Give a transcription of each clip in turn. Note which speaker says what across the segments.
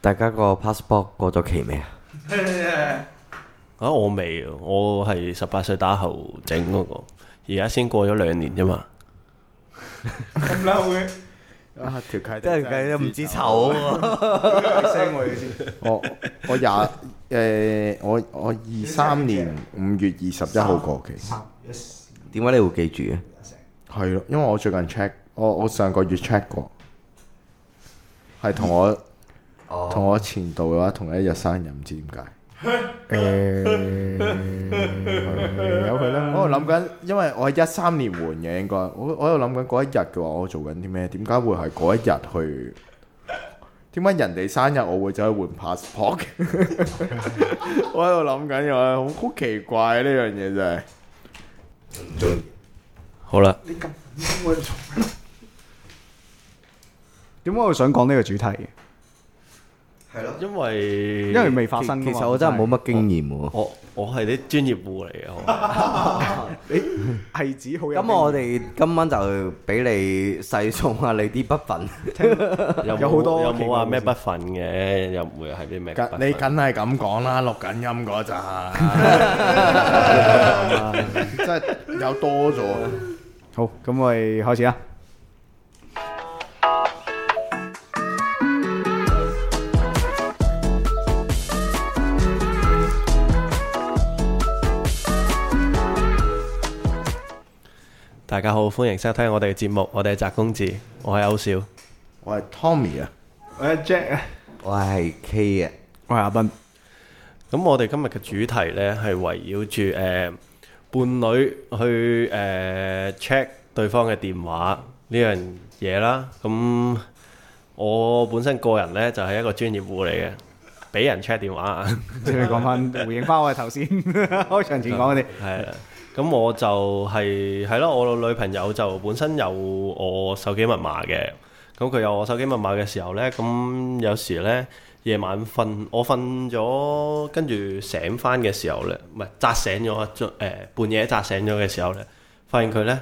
Speaker 1: 大家個 passport 過咗期未啊？
Speaker 2: 啊，我未啊，我係十八歲打後整嗰、個，而家先過咗兩年啫嘛。
Speaker 3: 咁嬲嘅。啊！條契
Speaker 1: 真係唔知醜喎，
Speaker 3: 聲我哋先。
Speaker 4: 我我廿誒我我二三年五月二十一號過期，
Speaker 1: 點解你會記住嘅？
Speaker 4: 係咯，因為我最近 check，我我上個月 check 過，係同我同我前度嘅話同一日生日，唔知點解。誒，由佢啦。我諗緊，因為我係一三年換嘅，應該我我喺度諗緊嗰一日嘅話，我做緊啲咩？點解會係嗰一日去？點解人哋生日我會走去換 passport？我喺度諗緊又係好好奇怪呢樣嘢真係。
Speaker 2: 好啦，
Speaker 3: 你咁我哋做
Speaker 5: 點解我想講呢個主題嘅？
Speaker 1: 係咯，
Speaker 2: 因為
Speaker 5: 因為未發生㗎
Speaker 1: 其
Speaker 5: 嘛
Speaker 1: 實我真係冇乜經驗喎。
Speaker 2: 我我係啲專業戶嚟嘅， 我
Speaker 5: 係指好有
Speaker 1: 咁我哋今晚就俾你細送下你啲不忿，
Speaker 2: 有冇
Speaker 5: 有好多
Speaker 2: 有冇話咩
Speaker 5: 奇
Speaker 2: 不忿嘅，又唔會係啲咩不
Speaker 4: 梗
Speaker 2: 忿。
Speaker 4: 你梗係咁講啦，錄緊音嗰陣， 真係有多咗。
Speaker 5: 好，咁我哋開始啊！
Speaker 2: 大家好，歡迎收聽我哋嘅節目，我哋係宅公子，我係歐少。
Speaker 4: 我係 Tommy 啊，
Speaker 5: 我 Jack 啊，
Speaker 1: 我係 K 啊，
Speaker 5: 我係阿斌，
Speaker 2: 咁我哋今日嘅主題呢，係圍繞住誒、呃伴侶去誒、呃 check 對方嘅電話呢樣嘢啦。咁我本身個人呢，就係、一個專業戶嚟嘅，俾人 check 電話啊。
Speaker 5: 即係講翻回應翻我哋頭先 開場前講嗰啲，
Speaker 2: 係啦。咁我就係係咯，我女朋友就本身有我手機密碼嘅。咁佢有我手機密碼嘅時候呢，咁有時呢，夜晚瞓，我瞓咗，跟住醒翻嘅時候呢，唔係扎醒咗啊，誒、半夜扎醒咗嘅時候呢，發現佢呢，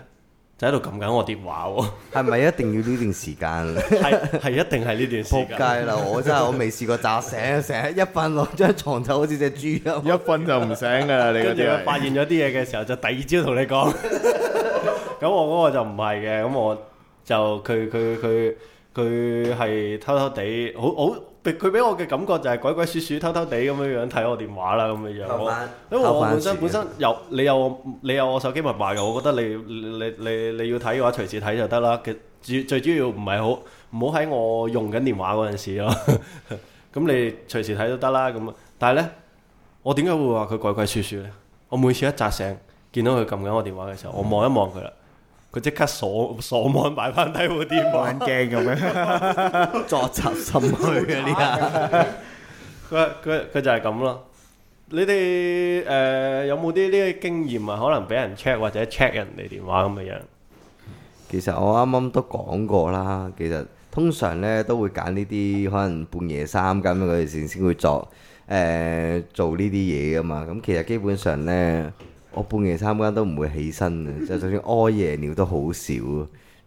Speaker 2: 就喺度撳緊我電話喎，
Speaker 1: 係咪一定要呢段 時間？
Speaker 2: 係係一定係呢段時
Speaker 1: 仆
Speaker 2: 間。
Speaker 1: 街啦！我真係我未試過炸醒，成日一瞓落張床就好似只豬
Speaker 4: 一
Speaker 1: 咁。
Speaker 4: 瞓就唔醒噶啦，啊你嗰
Speaker 2: 跟住
Speaker 4: 啲
Speaker 2: 佢發
Speaker 4: 係。
Speaker 2: 現咗啲嘢嘅時候，就第二朝同你講。 咁我嗰個就唔係嘅，咁我就佢佢佢佢係偷偷地，好好俾佢俾我嘅感覺就係鬼鬼祟祟、偷偷地咁樣樣睇我電話啦咁樣樣。
Speaker 1: 偷
Speaker 2: 我
Speaker 1: 翻
Speaker 2: 因為
Speaker 1: 偷
Speaker 2: 我
Speaker 1: 翻
Speaker 2: 本身
Speaker 1: 時
Speaker 2: 本身有你有我你有我手機密碼嘅，我覺得你你你你要睇嘅話，隨時睇就得啦。其最最主要唔係好唔好喺我用緊電話嗰陣時咯。 咁你隨時睇都得啦。咁但係咧。我點解會話佢鬼鬼祟祟呢？我每次一扎醒，見到佢撳緊我電話嘅時候，我望一望佢啦，佢即刻鎖 鎖網擺翻低部電 話。
Speaker 5: 眼鏡咁樣。
Speaker 1: 作賊心虛啊！呢下
Speaker 2: 佢佢佢就係咁咯。你哋誒、呃有冇啲呢啲經驗啊？可能俾人 check 或者 check 人哋電話咁嘅樣。
Speaker 1: 其實我啱啱都講過啦，其實通常咧都會揀呢啲可能半夜三更嗰陣時先會作誒、做呢啲嘢噶嘛。咁其實基本上咧，我半夜三更都唔會起身嘅，就就算屙夜尿都好少。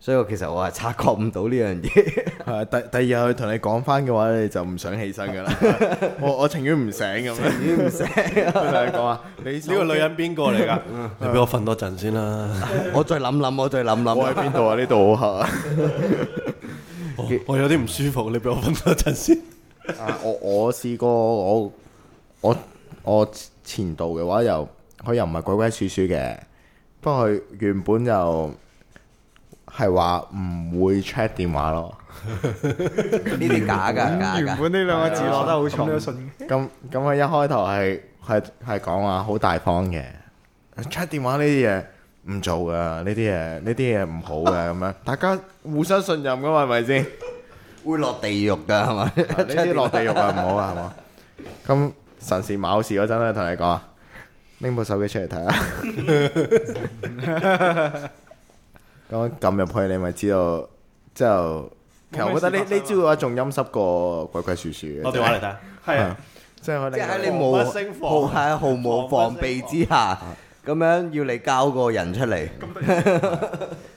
Speaker 1: 所以我其實我係察覺唔到呢樣嘢。
Speaker 4: 係第第二日佢同你講翻嘅話，你就唔想起身 噶啦。我我情願唔醒咁樣。情願唔醒。 佢同你講啊，你呢
Speaker 2: 呢個女，人邊個嚟 㗎？嗯你俾我瞓多陣先 啦。
Speaker 1: 我再諗諗，我再諗諗。
Speaker 4: 我喺邊度啊？呢度好黑啊！
Speaker 2: 我我有啲唔舒服，你俾我瞓多陣 先。
Speaker 4: 啊我我試過我我我前度嘅話又佢又唔係鬼鬼祟祟嘅，不過佢原本就係話唔會 check 電話咯。
Speaker 1: 呢啲 假㗎，假
Speaker 5: 原
Speaker 1: 㗎。
Speaker 5: 本呢兩個字落得好重，
Speaker 3: 咁都信
Speaker 4: 咁咁佢一開頭係係係講話好大方嘅，check 電話呢啲嘢唔做噶，呢啲嘢呢啲嘢唔好嘅咁樣，大家互相信任噶嘛，係咪先？
Speaker 1: 會落地獄㗎係咪？
Speaker 4: 呢啲落地獄啊，唔好啊，係嘛？咁神時卯時嗰陣咧，同你講啊，拎部手機出嚟睇啊下。 咁撳入去，你咪知道之後。其實我覺得呢呢招嘅話，仲陰濕過鬼鬼祟祟嘅。
Speaker 2: 攞電話嚟睇下。
Speaker 3: 係啊，
Speaker 4: 即係佢
Speaker 1: 即
Speaker 4: 令
Speaker 1: 係
Speaker 4: 到
Speaker 1: 喺你
Speaker 2: 防
Speaker 1: 冇
Speaker 2: 不勝防
Speaker 1: 毫係啊毫無防備之下，咁樣要你交個人出嚟，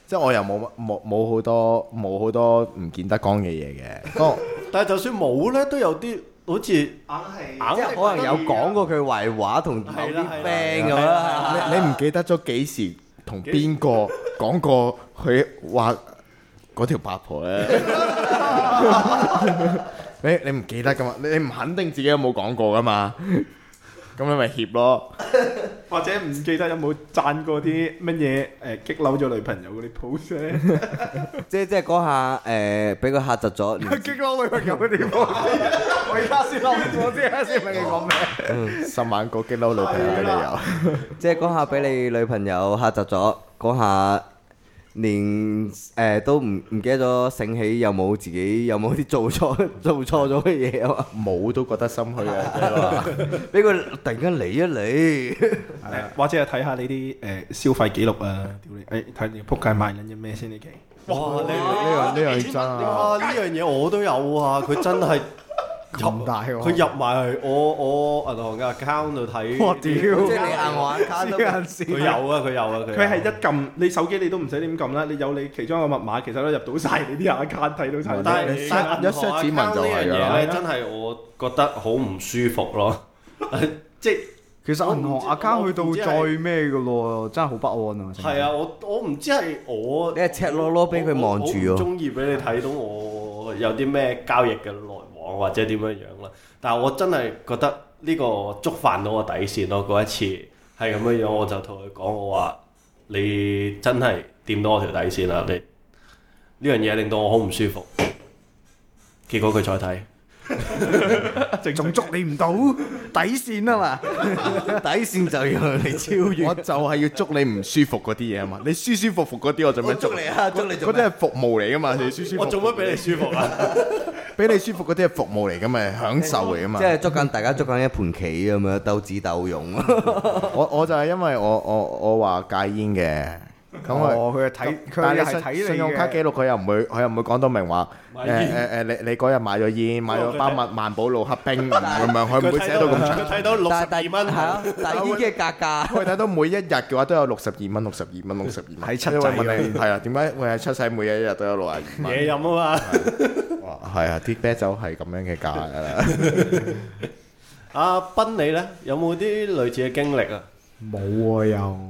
Speaker 4: 即係我又冇乜冇冇好多冇好多唔見得光嘅嘢嘅。不過
Speaker 2: 但係就算冇呢，都有啲好似
Speaker 1: 即係可能有講過佢壞話同某
Speaker 2: 係啦
Speaker 1: 啲
Speaker 2: 係啦
Speaker 1: friend 咁
Speaker 2: 係啦係
Speaker 1: 啦。
Speaker 2: 啦
Speaker 4: 你你唔記得咗幾時同邊個講過佢話嗰條八婆咧？ 你你唔記得噶嘛？你你唔肯定自己有冇講過噶嘛？咁你咪怯咯。
Speaker 3: 或者唔記得有冇讚過啲乜嘢誒激嬲咗女朋友嗰啲 post 咧？
Speaker 1: 即即係嗰下誒，俾佢嚇窒咗，連
Speaker 5: 激嬲女朋友嘅地方，我而家先諗，我知家先明你講咩。
Speaker 4: 十萬個激嬲女朋友嘅理由，
Speaker 1: 即係嗰下俾你女朋友嚇窒咗，嗰下連誒、呃都唔唔記得咗醒起有冇自己有冇啲做錯做錯咗嘅嘢啊嘛，
Speaker 4: 冇都覺得心虛啊！真係話
Speaker 1: 俾佢突然間嚟一嚟，
Speaker 3: 或者係睇下你啲誒消費記錄啊，屌你！誒睇你撲街買緊啲咩先呢期？
Speaker 2: 哇！你
Speaker 4: 呢樣呢樣真啊，
Speaker 2: 哇！呢樣嘢我都有啊，佢真係
Speaker 5: 咁大喎
Speaker 2: 佢入埋去我我銀行嘅 account 度睇。
Speaker 5: 我屌，
Speaker 1: 即係你硬玩卡都
Speaker 5: 黐人線
Speaker 2: 佢有啊，佢有啊，
Speaker 3: 佢係
Speaker 2: 有啊
Speaker 3: 一撳你手機，你都唔使點撳啦。你有你其中一個密碼，其實都入到晒你啲 account 睇到晒。
Speaker 2: 但
Speaker 4: 你
Speaker 2: 係
Speaker 4: 你刪一 set 指紋就係㗎
Speaker 2: 呢
Speaker 4: 啦
Speaker 2: 樣嘢咧，真係我覺得好唔舒服咯。 即係
Speaker 5: 其實銀行 account 去
Speaker 2: 我唔知
Speaker 5: 到再咩嘅咯，真係好不安啊！
Speaker 2: 係啊，我我唔知係我
Speaker 1: 你係赤裸裸俾佢望住喎
Speaker 2: 我我唔中意俾你睇到我有啲咩交易嘅來往或者點樣樣啦。但係我真係覺得呢個觸犯到我底線咯。嗰一次係咁樣樣，我就同佢講我話：你真係掂到我條底線啦！
Speaker 1: 嗯
Speaker 2: 你呢樣嘢令到我好唔舒服。結果佢再睇，
Speaker 5: 真係，仲捉你唔到底線啊嘛！
Speaker 1: 底線就要你超越
Speaker 4: 我。就係要捉你唔舒服嗰啲嘢啊嘛！你舒舒服服嗰啲我做咩
Speaker 1: 我
Speaker 4: 捉
Speaker 1: 捉？你啊，捉你
Speaker 4: 嗰
Speaker 1: 做
Speaker 4: 啲
Speaker 1: 咩
Speaker 4: 係？服務嚟噶嘛？你舒舒服
Speaker 2: 我
Speaker 4: 服
Speaker 2: 做乜俾你舒服啊？
Speaker 4: 俾你舒服嗰啲係服務嚟噶嘛？享受嚟噶嘛
Speaker 1: 即？係捉緊大家捉緊一盤棋咁樣鬥智鬥勇。
Speaker 4: 我我就係因為我我我話戒煙嘅，咁啊。
Speaker 5: 哦，佢係睇，
Speaker 4: 但
Speaker 5: 佢
Speaker 4: 係
Speaker 5: 係
Speaker 4: 信
Speaker 5: 睇你
Speaker 4: 信用卡記
Speaker 5: 嘅
Speaker 4: 錄佢又唔會，佢又唔會講到明話
Speaker 2: 買
Speaker 4: 誒
Speaker 2: 煙哦
Speaker 4: 誒誒，你你嗰日買咗煙，買咗包萬萬寶路黑 冰咁樣，佢唔會寫到咁長。
Speaker 2: 佢睇到六十
Speaker 1: 但係但
Speaker 2: 二
Speaker 1: 係
Speaker 2: 蚊
Speaker 1: 係啊， 但係呢啲嘅價格，
Speaker 4: 佢睇到每一日嘅話都有六十二蚊、六十二蚊、六十二蚊。
Speaker 5: 睇七
Speaker 4: 因為
Speaker 5: 仔
Speaker 4: 問你係啊，點解會係出世每一日都有六廿二
Speaker 2: 嘢
Speaker 4: 蚊？
Speaker 2: 飲啊嘛。
Speaker 4: 哇係啊，啲啤酒係咁樣嘅價㗎 啦。
Speaker 2: 阿斌你咧有冇啲類似嘅經歷啊？
Speaker 5: 冇啊又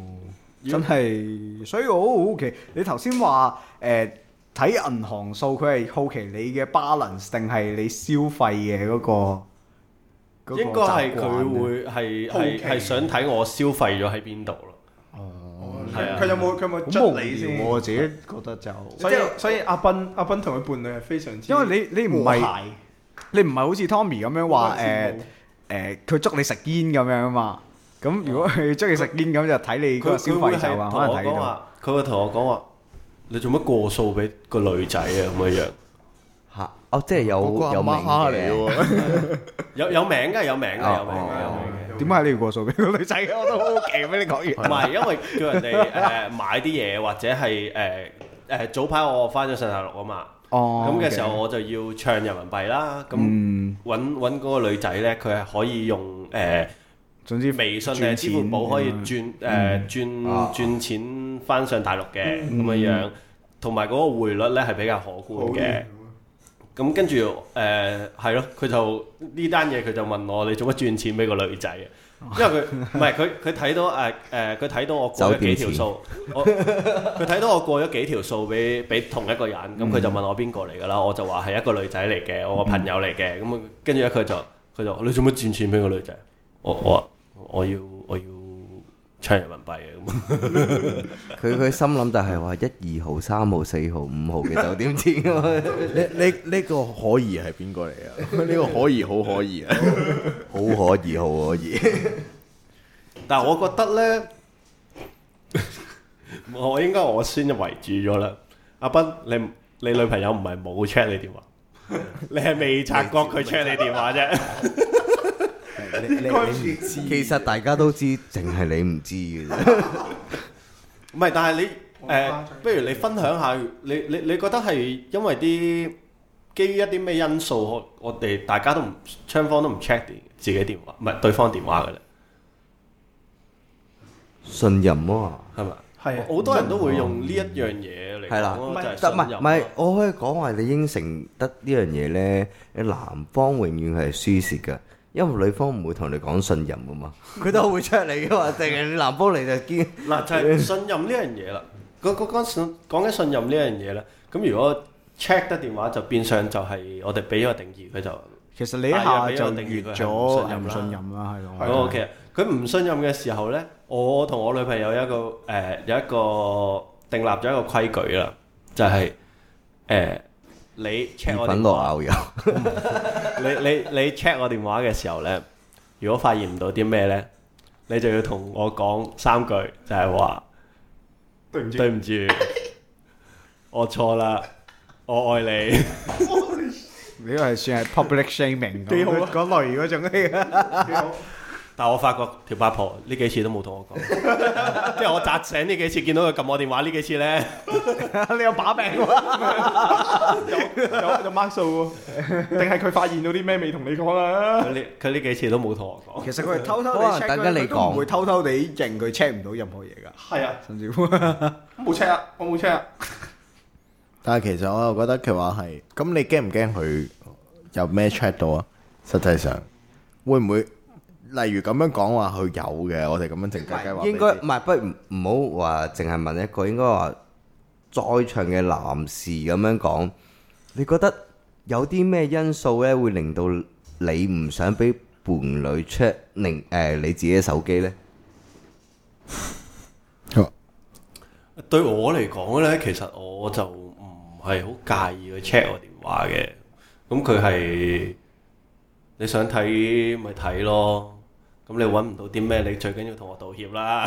Speaker 5: 真係，所以我好好奇，你頭先話誒睇銀行數，佢係好奇你嘅 balance 定係你消費嘅嗰個嗰個
Speaker 2: 應該係
Speaker 5: 習慣啊
Speaker 2: 佢
Speaker 5: 呢
Speaker 2: 會係
Speaker 3: 好
Speaker 2: 係
Speaker 3: 奇
Speaker 2: 係想睇我消費咗喺邊度咯。係啊
Speaker 3: 佢有冇佢有冇
Speaker 5: 好無
Speaker 3: 捽你
Speaker 5: 聊，啊
Speaker 3: 先？
Speaker 5: 我自己覺得就，
Speaker 3: 所以所以阿斌阿斌同佢伴侶係非常之
Speaker 5: 因為你你唔
Speaker 3: 和
Speaker 5: 係
Speaker 3: 諧
Speaker 5: 你唔係好似 Tommy 咁樣話誒
Speaker 3: 羨慕
Speaker 5: 誒，佢捉你食煙咁樣嘛。咁如果佢捉你食煙咁就睇你嗰
Speaker 2: 佢
Speaker 5: 個消
Speaker 2: 佢會
Speaker 5: 費
Speaker 2: 係
Speaker 5: 習慣，
Speaker 2: 同
Speaker 5: 可能
Speaker 2: 我
Speaker 5: 睇
Speaker 2: 講
Speaker 5: 到。
Speaker 2: 話，佢會同我講話，你做乜過數俾個女仔啊咁樣樣？
Speaker 1: 嚇哦，即係有
Speaker 4: 嗰個阿
Speaker 1: 有名
Speaker 4: 媽嚟
Speaker 1: 嘅。
Speaker 4: 喎。
Speaker 2: 有有名嘅，有名嘅，
Speaker 1: 哦
Speaker 2: 有名嘅，有
Speaker 1: 哦
Speaker 2: 名嘅。
Speaker 5: 點解你要過數俾個女仔？ 我都好奇俾你講
Speaker 2: 唔
Speaker 5: 完。
Speaker 2: 係因為叫人哋誒呃買啲嘢或者係誒誒早排我翻咗上大陸啊嘛，
Speaker 5: 哦，
Speaker 2: 咁嘅
Speaker 5: OK
Speaker 2: 時候我就要唱人民幣啦。咁
Speaker 5: 嗯，
Speaker 2: 揾揾嗰個女仔咧，佢係可以用呃誒。
Speaker 5: 總之
Speaker 2: 微信
Speaker 5: 轉嗯
Speaker 2: 誒支付寶可以
Speaker 5: 錢
Speaker 2: 轉誒轉轉錢翻上大陸嘅
Speaker 5: 嗯
Speaker 2: 咁樣樣，同埋嗰個匯率咧係比較可
Speaker 3: 好
Speaker 2: 觀嘅。咁跟住誒係咯，佢就呢單嘢佢就問我你做乜轉錢俾個女仔啊？因為佢唔係佢佢睇到誒誒佢睇到我過咗幾條數，我佢睇到我過咗幾條數俾俾同一個人，咁佢就問我邊個嚟㗎啦，我就話係一個女仔嚟嘅，我個朋友嚟嘅，咁啊跟住咧佢就佢就你做乜轉錢俾個女仔？我我話我要我要唱人民幣啊咁。
Speaker 1: 佢佢心諗就係話一二號、三號、四號、五號嘅 酒店錢咁樣。
Speaker 4: 你你呢個可疑係邊個嚟 啊？呢個可疑好可 疑啊！
Speaker 1: 好可以，好可以。
Speaker 2: 但係我覺得咧，我應該我先圍住咗啦。阿斌，你唔你女朋友唔係冇 check 你電話，你係未察覺佢 check 你電話啫。
Speaker 1: 其實大家都知，淨係你唔知 嘅啫。
Speaker 2: 唔係，但係你誒、
Speaker 3: 我
Speaker 2: 不如你分享下，你你你覺得係因為啲基於一啲咩因素，我我哋大家都唔雙方都唔 check 電自己電話，唔係對方電話嘅咧，
Speaker 1: 信任啊嘛，
Speaker 2: 係咪？
Speaker 3: 係啊啊 à?
Speaker 2: 好多人都會用呢一樣嘢嚟
Speaker 1: 係啦
Speaker 2: 講咯，就係
Speaker 1: 得唔
Speaker 2: 信
Speaker 1: 係
Speaker 2: 任
Speaker 1: 唔係
Speaker 2: 咯，
Speaker 1: 我可以講話你應承得呢樣嘢咧，你男方永遠係輸蝕嘅，因為女方唔會同你講信任噶嘛，佢都會出嚟噶嘛，定係你男方嚟就堅
Speaker 2: 嗱就係信任呢樣嘢啦。嗰嗰嗰信講緊信任呢樣嘢咧，咁如果 check 得電話就變相就係我哋俾個定義佢就。
Speaker 5: 其實你一下
Speaker 2: 係啊
Speaker 5: 就
Speaker 2: 俾我定
Speaker 5: 越
Speaker 2: 義
Speaker 5: 咗
Speaker 2: 佢
Speaker 5: 係
Speaker 2: 係
Speaker 5: 唔
Speaker 2: 唔
Speaker 5: 信
Speaker 2: 信
Speaker 5: 任啦，哦係
Speaker 2: 咁
Speaker 5: 咯。
Speaker 4: 係啊
Speaker 2: 哦 OK，佢唔信任嘅時候咧，我同我女朋友有一個誒、有一個訂立咗一個規矩啦，就係、誒你 check
Speaker 1: 意
Speaker 2: 我
Speaker 1: 粉啊
Speaker 2: 電
Speaker 1: 落
Speaker 2: 話，
Speaker 1: 牛油，
Speaker 2: 你你你 check 我電話嘅時候咧，如果發現唔到啲咩咧，你就要同我講三句，就係話
Speaker 3: 對唔住
Speaker 2: 對唔住， 我錯啦，我愛你。
Speaker 5: 呢個係算係 public shaming
Speaker 3: 幾好啊
Speaker 5: 嗰類嗰種嚟嘅。
Speaker 2: 但我發覺條八婆呢幾次都冇同我講， 即係我扎醒呢幾次，見到佢撳我電話呢幾次咧，
Speaker 5: 你有把柄喎！
Speaker 3: 有有 mark 數喎，定係佢發現到啲咩未同你講啊？
Speaker 2: 佢呢佢呢幾次都冇同我 講。
Speaker 5: 其實佢係偷偷地
Speaker 1: 可能
Speaker 5: check，
Speaker 1: 等緊你
Speaker 5: 佢都唔
Speaker 1: 講
Speaker 5: 會偷偷地認佢 check 唔到任何嘢㗎，
Speaker 3: 係啊，
Speaker 5: 甚至乎
Speaker 3: 冇 check 啊，我冇 check 啊。
Speaker 4: 但係其實我又覺得佢話係，咁你驚唔驚佢有咩 check 到啊？實際上會唔會例如咁樣講話佢有嘅，我哋咁樣靜雞雞話俾你
Speaker 1: 應該唔係，不如唔好話淨係問一個，應該話在場嘅男士咁樣講，你覺得有啲咩因素咧會令到你唔想俾伴侶 check 令誒你自己嘅手機咧？
Speaker 4: 知
Speaker 2: 對我嚟講咧，其實我就唔係好介意佢 check 我電話嘅。咁佢係你想睇咪睇咯。咁你揾唔到啲咩，你最緊要同我道歉 啦。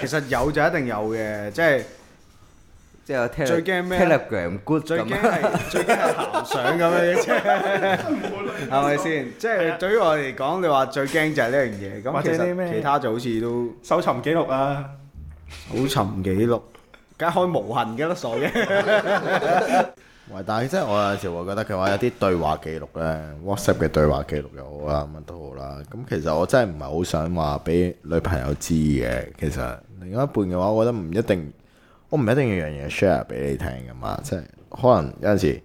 Speaker 5: 其實有就一定有嘅，即係
Speaker 1: 即係有 tele-
Speaker 5: 最驚咩啊
Speaker 1: Telegram good
Speaker 5: 最
Speaker 1: 咁
Speaker 5: 驚
Speaker 1: 啊。
Speaker 5: 係最驚係鹹相咁樣啫，係咪先？即係對於我嚟講，你話最驚就係呢樣嘢。咁
Speaker 3: 或
Speaker 5: 其
Speaker 3: 者啲
Speaker 5: 實
Speaker 3: 咩
Speaker 5: 其他就好似都
Speaker 3: 搜尋記錄啊，
Speaker 5: 好尋記錄，梗係開無痕嘅啦，傻嘅。
Speaker 4: 喂，但係即係我有時會覺得佢話有啲對話記錄咧，WhatsApp 嘅對話記錄又好啦，乜都好啦。咁其實我真係唔係好想話俾女朋友知嘅。其實另外一半嘅話，我覺得唔一定，我唔一定要樣嘢 share 俾你聽噶嘛。即係可能有陣時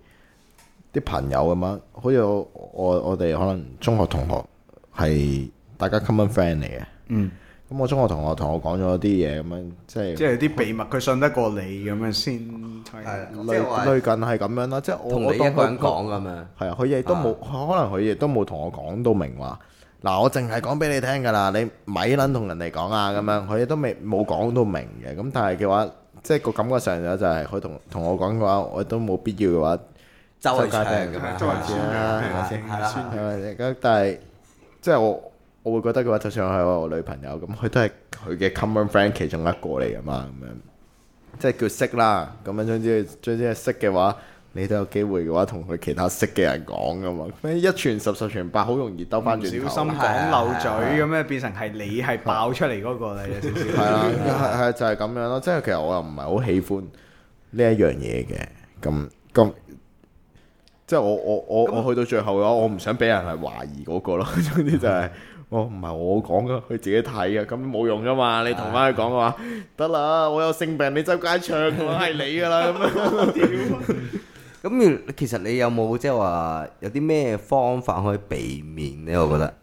Speaker 4: 啲朋友咁樣，好似我我我哋可能中學同學係大家 common friend 嚟嘅。
Speaker 5: 嗯，
Speaker 4: 咁我中學同學同我講咗啲嘢咁樣，即係
Speaker 5: 即係啲秘密佢信得過你咁樣先
Speaker 1: 係
Speaker 5: 係
Speaker 1: 啦即
Speaker 4: 類
Speaker 1: 係話
Speaker 4: 類近係咁樣啦。即係我
Speaker 1: 同
Speaker 4: 我
Speaker 1: 你
Speaker 4: 當
Speaker 1: 一
Speaker 4: 佢
Speaker 1: 個人講咁樣，
Speaker 4: 係啊，佢亦都冇，可能佢亦都冇同我講到明話。嗱，我淨係講俾你聽㗎啦，你咪撚同人哋講啊咁樣，佢亦都未冇講到明嘅。咁但係嘅話，即係個感覺上就係佢同同我講嘅話，我都冇必要嘅話，
Speaker 1: 周圍唱
Speaker 4: 周街俾人
Speaker 1: 咁樣，
Speaker 3: 周圍
Speaker 4: 知
Speaker 3: 宣
Speaker 4: 啦，係
Speaker 3: 揚
Speaker 4: 咪先？
Speaker 1: 係
Speaker 5: 啊
Speaker 1: 啦，
Speaker 4: 係咪先？咁但係即係我我會覺得嘅話，就算係我女朋友咁，佢都係佢嘅 common friend 其中一個嚟噶嘛，咁樣即係叫識啦。咁樣總之總之係識嘅話，你都有機會嘅話同佢其他識嘅人講噶嘛。咁一傳十，十傳百，好容易兜翻
Speaker 5: 唔
Speaker 4: 轉頭。啊
Speaker 5: 小心講漏嘴咁樣，變成係你係爆出嚟嗰個嚟嘅少
Speaker 4: 係啊
Speaker 5: 少。
Speaker 4: 啦，係係就係咁樣咯。即係其實我又唔係好喜歡呢一樣嘢嘅。咁咁，即係我我我我去到最後嘅話，我唔想俾人係懷疑嗰個咯。 總之就係我唔係我講噶，佢自己睇嘅，咁冇用噶嘛。你同翻佢講嘅話，得啦，我有性病，你周街唱嘅話係你噶啦咁樣。
Speaker 1: 咁要其實你有冇即係話有啲咩方法可以避免咧？我覺得，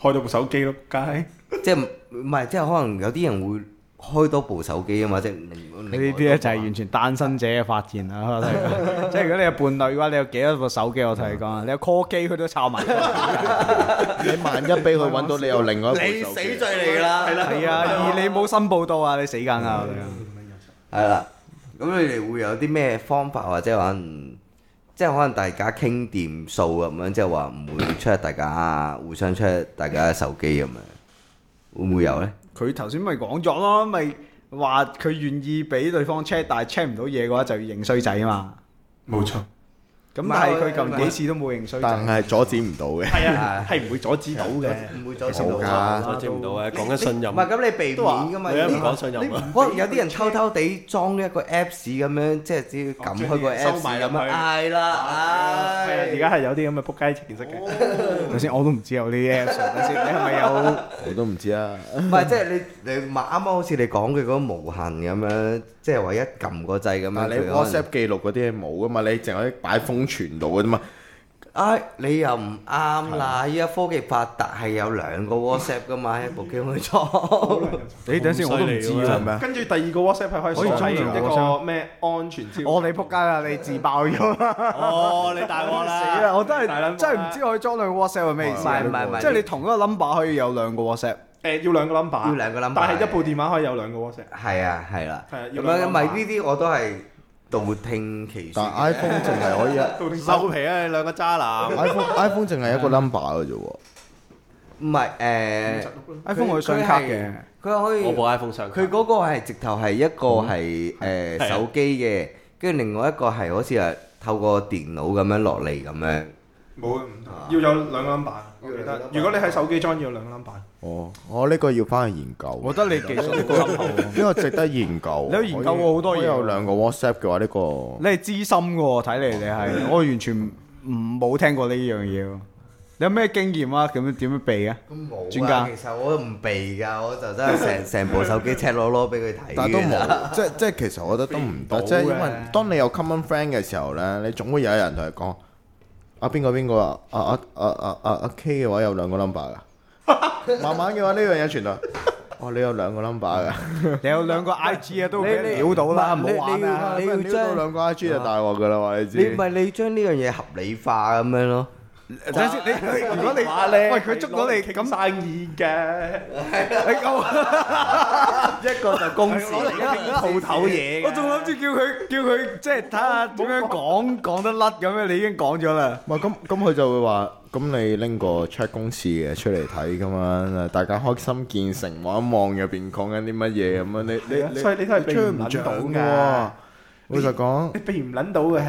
Speaker 3: 開到部手機咯，仆街。
Speaker 1: 即係唔係即係可能有啲人會開多部手機啊嘛，即係呢
Speaker 5: 呢啲咧就係完全單身者嘅發現啦，我同你講即係如果你有伴侶嘅話，你有幾多部手機？我同你講啊，你有 call 機佢都抄埋。
Speaker 4: 你萬一俾佢揾到你有另外一部手機，
Speaker 1: 罪嚟㗎啦，
Speaker 5: 係啊，而你冇申報到啊，你死梗啊！我哋講
Speaker 1: 係啦。咁你哋會有啲咩方法或者可能即係可能大家傾掂數咁樣，即係話唔會出大家互相出大家嘅手機咁樣，會唔會有咧？
Speaker 5: 佢頭先咪講咗咯，咪話佢願意俾對方 check，但係 check 唔到嘢嘅話就要認衰仔啊嘛。
Speaker 3: 冇錯，
Speaker 5: 咁
Speaker 1: 唔係
Speaker 5: 但係
Speaker 1: 我
Speaker 5: 佢近幾次都冇認衰
Speaker 4: 但
Speaker 5: 仔，
Speaker 4: 係阻止唔到嘅。
Speaker 3: 係啊，係唔會阻止到嘅。
Speaker 1: 唔會阻止到
Speaker 4: 冇㗎
Speaker 1: 啦
Speaker 2: 阻止唔到嘅
Speaker 1: 你
Speaker 2: 講緊信任
Speaker 1: 唔係咁，你避
Speaker 2: 都話
Speaker 1: 免㗎嘛？
Speaker 2: 你一唔
Speaker 1: 呢啲
Speaker 2: 講信任啊，
Speaker 1: 可能有啲人偷偷地裝一個 Apps 咁樣，即係只要撳開個
Speaker 3: 哦
Speaker 1: Apps
Speaker 3: 將啲嘢收埋
Speaker 1: 咁
Speaker 3: 入去
Speaker 1: 樣，係啦，
Speaker 3: 係啊，而
Speaker 1: 唉，
Speaker 3: 家係有啲咁嘅仆街情識嘅。
Speaker 5: 首先我都唔知有呢啲 apps，等先你係咪有？
Speaker 4: 我都唔知啊。
Speaker 1: 唔係即係你你咪啱啱好似你講嘅嗰個無痕咁樣，即係話一撳個掣咁樣，
Speaker 4: 但係
Speaker 1: 佢可
Speaker 4: 你
Speaker 1: 能
Speaker 4: WhatsApp 記錄嗰啲係冇噶嘛，你淨係可以擺封存度嘅啫嘛。
Speaker 1: 唉，哎你又唔啱啦！依家科技發達係有兩個 WhatsApp 噶嘛，一部機可以裝。
Speaker 5: 你等先，我都唔知啊
Speaker 2: 咁犀利
Speaker 5: 喎
Speaker 2: 喎。
Speaker 4: 咩？
Speaker 3: 跟住第二個 WhatsApp 係可以
Speaker 5: 可以
Speaker 3: 鎖喺
Speaker 5: 裝住
Speaker 3: 一個
Speaker 5: WhatsApp
Speaker 3: 咩安全招。
Speaker 5: 我你仆街啦！你自爆咗啦！
Speaker 2: 哦，你大 鑊啦！
Speaker 5: 死啦！我真
Speaker 3: 大撚鑊啦
Speaker 5: 係真係唔知可以裝兩個 WhatsApp 係咩意思啊。
Speaker 1: 唔係唔係唔係
Speaker 5: 即係你同一個 number 可以有兩個 WhatsApp。
Speaker 3: 誒要兩個 number，
Speaker 1: 要兩個 number，
Speaker 3: 但係一部電話可以有兩個 WhatsApp。
Speaker 1: 係啊，係啦。
Speaker 3: 係啊
Speaker 1: 咁
Speaker 3: 要兩
Speaker 1: 樣
Speaker 3: 個
Speaker 1: 咁咪呢啲我都係道聽其
Speaker 4: 但
Speaker 1: 說。
Speaker 4: 係 iPhone 淨係可以一
Speaker 3: 到底
Speaker 2: 收皮啊！你兩個渣男，
Speaker 4: iPhone iPhone 淨係一個
Speaker 5: 啊
Speaker 4: number 嘅啫喎。
Speaker 1: 唔係誒
Speaker 5: iPhone 可以上卡嘅，
Speaker 1: 佢可以
Speaker 2: 我部 iPhone 上
Speaker 1: 佢嗰個係直頭係一個係
Speaker 2: 係啊
Speaker 1: 誒手機嘅，跟住另外一個係好似係透過電腦咁樣落嚟咁樣。
Speaker 3: 冇啊，唔同要有兩個 number，我記得。如果你喺手機裝要有兩個 number，
Speaker 4: 哦，我呢個要翻去研究。
Speaker 5: 我覺得你技術好深厚喎。
Speaker 4: 呢個值得研究。
Speaker 5: 你有研究過好多嘢
Speaker 4: 可以有兩個 WhatsApp 嘅話，呢個
Speaker 5: 你係資深嘅喎，睇嚟你係，我完全唔冇聽過呢樣嘢喎。你有咩經驗啊？咁樣點樣避啊？
Speaker 1: 咁冇
Speaker 5: 專家
Speaker 1: 其實我都唔避㗎，我就真係 成成部手機赤裸裸俾佢睇。
Speaker 4: 但係都。冇，即即係其實我覺得都唔得，即係因為當你有 common friend 嘅時候咧，你總會有人同你講啊邊個邊個啊啊啊啊啊啊 K 嘅話有兩個 number 噶， 慢慢嘅話呢樣嘢傳到，哦你有兩個 number 噶，
Speaker 5: 你有兩個 I G 啊，都
Speaker 1: 你
Speaker 5: 俾人撩到啦，
Speaker 1: 你
Speaker 5: 唔好玩啦。
Speaker 1: 你要
Speaker 4: 撩到
Speaker 1: 將
Speaker 4: 兩個 IG
Speaker 5: 啊
Speaker 4: 就大鑊噶啦，話你
Speaker 1: 你
Speaker 4: 知
Speaker 1: 唔。係你將呢樣嘢合理化咁樣咯。
Speaker 5: 等陣先，你你如果你
Speaker 3: 話咧
Speaker 5: 喂佢捉到你
Speaker 3: 係攞嚟傾
Speaker 5: 咁，
Speaker 3: 生意嘅，
Speaker 5: 你夠
Speaker 1: 一個就公事
Speaker 3: 攞嚟傾鋪頭嘢嘅。
Speaker 5: 我仲諗住叫佢叫佢即係睇下點樣講講得甩咁樣，你已經講咗啦。
Speaker 4: 唔係咁咁，佢就會話：咁你拎個 check 公司嘅出嚟睇咁樣，大家開心見誠望一望入邊講緊啲乜嘢咁樣，你
Speaker 3: 係啊
Speaker 4: 你
Speaker 3: 所以你都係避
Speaker 4: 追
Speaker 3: 唔
Speaker 4: 唔
Speaker 3: 撚
Speaker 4: 著
Speaker 3: 到㗎
Speaker 4: 嘅喎。老實講，
Speaker 3: 你避唔撚到 嘅。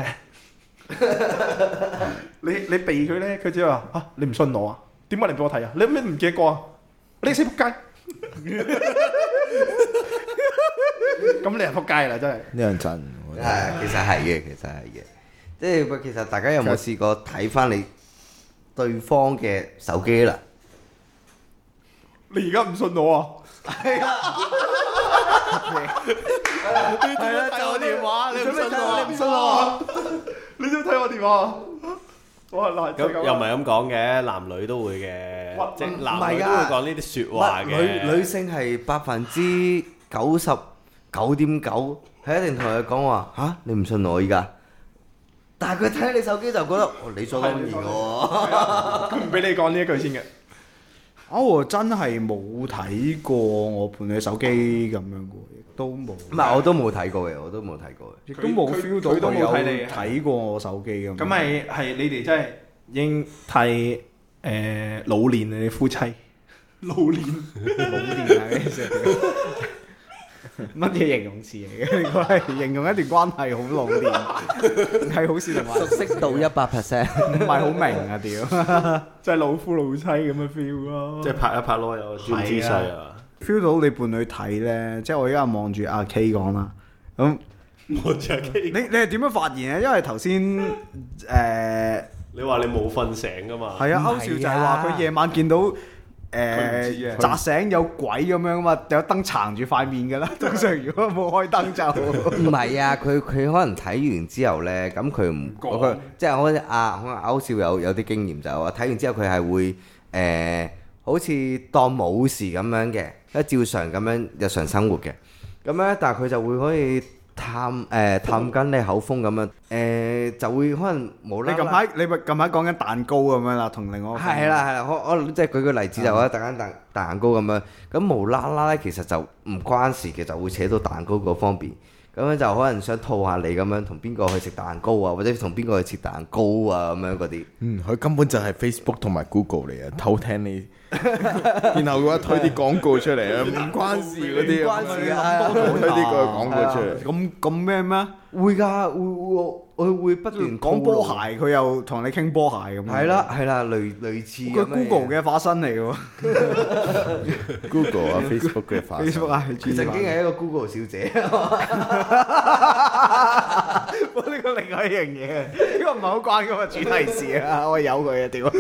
Speaker 3: 你你避佢咧，佢只係話啊，你唔信我啊？點解你唔俾我睇啊？你咩唔記得過啊？你死仆 街！咁你係仆街啦，真係。
Speaker 4: 呢樣真，我覺得
Speaker 1: 係，其實係嘅，其實係嘅。即係喂其實大家有冇試過睇翻你對方嘅手機啦？
Speaker 3: 你而家唔信我啊？
Speaker 2: 係啦，啊就我電話，你唔信我？啊
Speaker 3: 唔信我？你點睇我電話啊？我係嗱，就
Speaker 2: 咁
Speaker 3: 咁啊
Speaker 2: 又唔係咁講嘅，男女都會嘅，即係男女都會講呢啲説話嘅。
Speaker 1: 女女性係百分之九十九點九，係一定同佢講話吓，你唔信我依家。但係佢睇你手機就覺得哦理所當然喎。
Speaker 3: 佢唔俾你講呢一句先嘅。
Speaker 5: 啊！我真係冇睇過我伴侶手機咁樣嘅喎，亦都冇，
Speaker 1: 唔係，我都冇睇過嘅，我都冇睇過嘅。
Speaker 5: 亦都冇
Speaker 3: 佢佢
Speaker 5: feel 到
Speaker 3: 佢都冇
Speaker 5: 佢有
Speaker 3: 睇你啊
Speaker 5: 睇過我手機咁樣。
Speaker 3: 咁咪係你哋真係已經太誒老練啦，你夫妻 老練。
Speaker 5: 冇電啊！呢隻乜嘢形容詞嚟嘅？呢 個係形容一段關係好老練， 係好事定壞事？
Speaker 1: 悉度一百 percent。
Speaker 5: 唔係好明啊！屌
Speaker 3: 即係老夫老妻咁嘅 feel 咯。
Speaker 2: 即係拍一拍咯，有轉姿勢啊！
Speaker 5: ，feel 到你伴侶睇咧，即係我而家望住阿 K 講啦。咁
Speaker 2: 我着
Speaker 5: 你
Speaker 2: K，
Speaker 5: 你係點樣發現啊？因為頭先誒。呃
Speaker 2: 你話你冇瞓醒噶嘛？
Speaker 5: 係啊，
Speaker 1: 唔係
Speaker 5: 歐少就係話佢夜晚見到
Speaker 3: 佢唔知
Speaker 5: 誒
Speaker 3: 啊
Speaker 5: 扎醒有鬼咁樣啊嘛，有燈撐住塊面㗎啦。 通常如果冇開燈就
Speaker 1: 唔係啊，佢佢可能睇完之後咧，咁佢唔
Speaker 3: 講
Speaker 1: 佢即係好似啊，可能歐少有有啲經驗就係話睇完之後佢係會誒、呃好似當冇事咁樣嘅，一照常咁樣日常生活嘅。咁咧，但係佢就會可以探誒、呃探緊你口風咁樣，誒、就會可能冇啦
Speaker 5: 你
Speaker 1: 啦。
Speaker 5: 近排你咪近排講緊蛋糕咁樣啦，同另外一個
Speaker 1: 係啦係啦，我我即係舉個例子就話突然間蛋蛋糕咁樣，咁無啦啦咧其實就唔關事嘅，就會扯到蛋糕嗰方面。咁樣就可能想套下你咁樣，同邊個去食蛋糕啊，或者同邊個去切蛋糕啊咁樣嗰啲。
Speaker 4: 嗯，佢根本就係 Facebook 同埋 Google 嚟啊，偷聽你，然後嘅話推啲廣告出嚟啊，唔關事嗰啲啊，
Speaker 1: 唔關事啊
Speaker 4: 推啲個廣告出嚟。
Speaker 5: 咁咁咩咩？
Speaker 1: 會㗎，會我我會不斷
Speaker 5: 講波
Speaker 1: 套路
Speaker 5: 鞋，佢又同你傾波鞋咁。
Speaker 1: 係啦，係啦，類類似
Speaker 5: 佢 Google
Speaker 1: 嘅。
Speaker 5: 嘅化身嚟嘅喎
Speaker 4: Google 啊 Facebook 嘅化身
Speaker 5: ，Facebook 啊，
Speaker 1: 佢曾經係一個 Google 小姐，
Speaker 5: 我呢個另外一樣嘢，呢個唔係好關嗰個主題事啊， 我有佢啊，屌！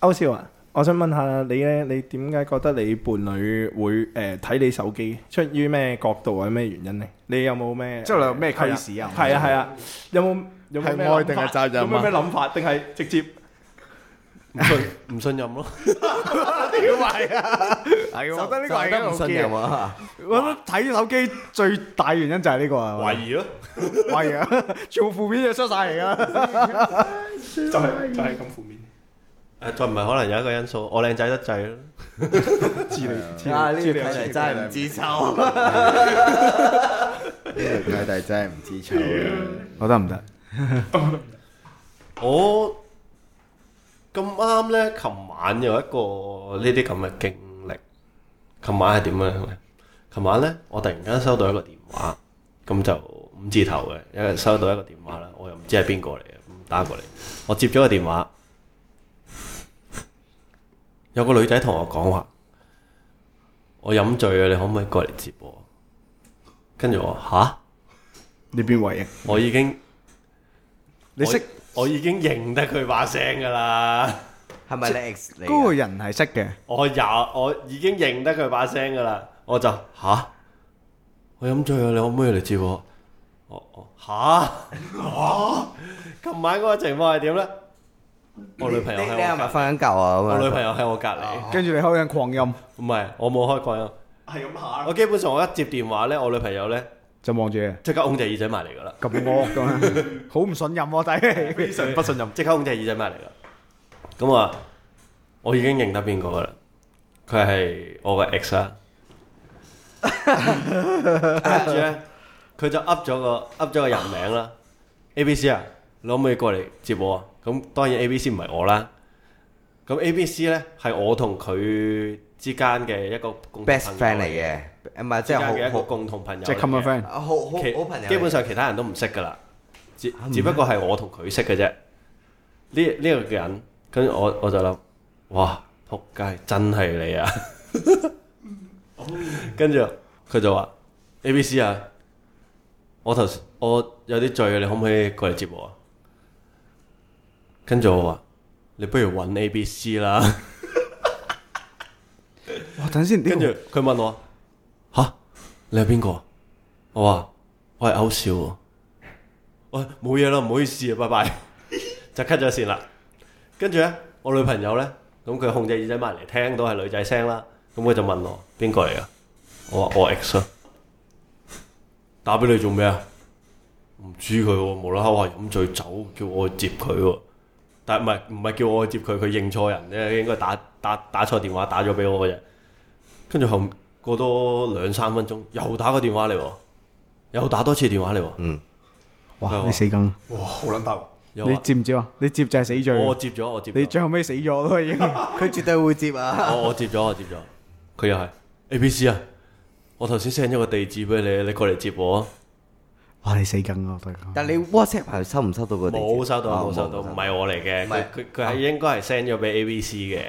Speaker 3: 歐少啊，我想問下你咧，你點解覺得你伴侶會誒睇、你手機？出於咩角度或者咩原因咧？你有冇咩？
Speaker 5: 即係你有咩驅使啊
Speaker 3: 係啊係啊，有冇有冇咩
Speaker 4: 係愛
Speaker 3: 諗
Speaker 4: 定係
Speaker 3: 法
Speaker 4: 責任啊
Speaker 3: 有冇咩諗法？定係直接
Speaker 2: 唔信唔信任咯。
Speaker 5: 屌係啊，係我覺得呢個係一
Speaker 1: 得
Speaker 5: 個
Speaker 1: 唔信任啊！
Speaker 5: 我覺得睇手機最大原因就係呢個啊，
Speaker 2: 懷疑咯，
Speaker 5: 懷疑啊， 全部負面嘢出晒嚟啊㗎。
Speaker 3: 就係、就 係咁負面？
Speaker 2: 誒再唔係可能有一個因素，我靚仔得滯咯。
Speaker 3: 知你知
Speaker 1: 啊，
Speaker 3: 你
Speaker 1: 呢啲
Speaker 3: 知你
Speaker 1: 睇嚟真係唔知醜。
Speaker 4: 呢條契弟真係唔知醜嘅。
Speaker 5: 我得唔得？
Speaker 2: 我咁啱咧，琴晚有一個呢啲咁嘅經歷。琴晚係點嘅咧？琴晚咧，我突然間收到一個電話，咁就五字頭嘅，有人收到一個電話啦，我又唔知係邊個嚟嘅，咁打過嚟，我接咗個電話，有個女仔同我講話，我飲醉啊，你可唔可以過嚟接我？跟住我吓，
Speaker 5: 你邊位啊？
Speaker 2: 我已經
Speaker 5: 你識
Speaker 2: 我我已經認得佢把聲噶啦。
Speaker 1: 係咪你 X 嚟啊
Speaker 5: 嗰個
Speaker 1: 㗎？
Speaker 5: 人係識嘅，
Speaker 2: 我有，我已經認得佢把聲噶啦，我就吓，我飲醉啊，你可唔可以嚟接我？我我 吓吓，琴晚嗰個情況係點咧？我女朋友
Speaker 1: 你
Speaker 2: 喺
Speaker 1: 你係咪哦
Speaker 2: 我隔，
Speaker 1: 瞓緊覺啊？
Speaker 2: 我
Speaker 1: 咁
Speaker 2: 女
Speaker 1: 樣
Speaker 2: 朋友喺我隔離，
Speaker 5: 跟住你開緊擴音
Speaker 2: 唔係我冇開擴音，
Speaker 3: 係咁下
Speaker 2: 我基本上我一接電話咧，我女朋友咧
Speaker 5: 就望住你
Speaker 2: 即刻拱隻耳仔埋嚟噶啦，
Speaker 5: 咁惡咁樣，好唔信任我睇你。
Speaker 2: 非常不信任，即刻拱隻耳仔埋嚟啦。咁啊，我已經認得邊個噶啦，佢係我個 ex 啦。跟住咧，佢就噏咗個噏咗個人名啦。A B C 啊，你可唔可以過嚟接我啊？咁當然 A B C 唔係我啦。咁 A B C 咧係我同佢之間嘅一個共同
Speaker 1: best
Speaker 2: 朋
Speaker 1: friend à.
Speaker 2: 友
Speaker 1: 嚟嘅，唔係
Speaker 2: 之
Speaker 1: 即
Speaker 2: 間嘅
Speaker 1: 係
Speaker 2: 一個
Speaker 1: 好
Speaker 2: 共同朋友嚟嘅，
Speaker 5: 即係 common friend，
Speaker 1: 好好好
Speaker 2: 其
Speaker 1: 好朋友嚟嘅。
Speaker 2: 基本上其他人都唔識噶啦，只只不過係我同佢識嘅啫。呢呢、個人，跟住我我就諗，哇，仆街，真係你 啊！跟住佢就話：A、B、C 啊，我頭先我有啲醉，你可唔可以過嚟接我啊？跟住我話：你不如揾 A、B、C 啦。
Speaker 5: 哇！等先，呢
Speaker 2: 跟住
Speaker 5: 個
Speaker 2: 佢問我：吓，你係邊個啊？我話我係歐少喎。喂，冇嘢啦，唔好意思啊，拜拜，就 cut 咗線啦。跟住咧，我女朋友咧，咁佢控制耳仔埋嚟，聽到係女仔聲啦，咁佢就問我邊個嚟噶？我話我 ex 啊，打俾你做咩啊？唔知佢喎，無啦啦話飲醉酒，叫我去接佢喎。但係唔係唔係叫我去接佢，佢認錯人咧，應該打打打錯電話打咗俾我嘅啫。跟住後面過多兩三分鐘，又打個電話嚟喎，又打多次電話嚟喎。
Speaker 1: 嗯
Speaker 5: 哇！你死梗，
Speaker 3: 哇，好撚大鑊！
Speaker 2: 又
Speaker 5: 你
Speaker 2: 話哦
Speaker 5: 接唔接啊？你接就係死罪。
Speaker 2: 我接咗，我接咗。哦
Speaker 5: 你最後尾死咗都已經。
Speaker 1: 佢絕對會接啊！
Speaker 2: 我我接咗，我接咗。佢又係 A B C 啊！我頭先 send 咗個地址俾你，你過嚟接我啊。
Speaker 5: 哇！你死梗啊！我同你講
Speaker 1: 但你 WhatsApp 係收唔收到個地址？
Speaker 2: 冇收到，
Speaker 1: 啊
Speaker 2: 冇收到，唔係我嚟嘅。
Speaker 1: 唔
Speaker 2: 佢
Speaker 1: 係哦
Speaker 2: 佢佢係應該係 send 咗俾 A B C 嘅。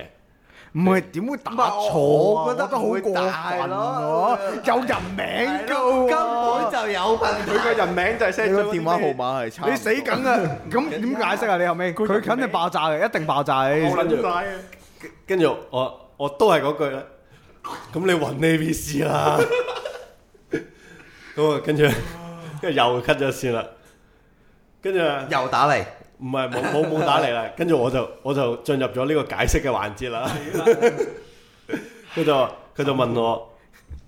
Speaker 5: 唔係點會打錯啊？
Speaker 1: 我
Speaker 5: 覺得好過分咯，有人名
Speaker 1: 根
Speaker 5: 㗎
Speaker 1: 本
Speaker 5: 喎，
Speaker 1: 就有問題。
Speaker 3: 個人名就係 set
Speaker 4: 你個電話號碼係差唔多。
Speaker 5: 你死梗啊！咁點解釋啊？你後尾佢肯定爆炸嘅，一定爆炸
Speaker 3: 好
Speaker 5: 嘅。
Speaker 3: 撚大啊！
Speaker 2: 跟住我我都係嗰句啦。咁你揾 A B C 啦。 咁啊，跟住跟住又 cut 咗線啦。跟住啊
Speaker 1: 又打嚟，
Speaker 2: 唔係冇冇冇打嚟 啦，跟住我就我就進入咗呢個解釋嘅環節啦。佢就話佢就問我，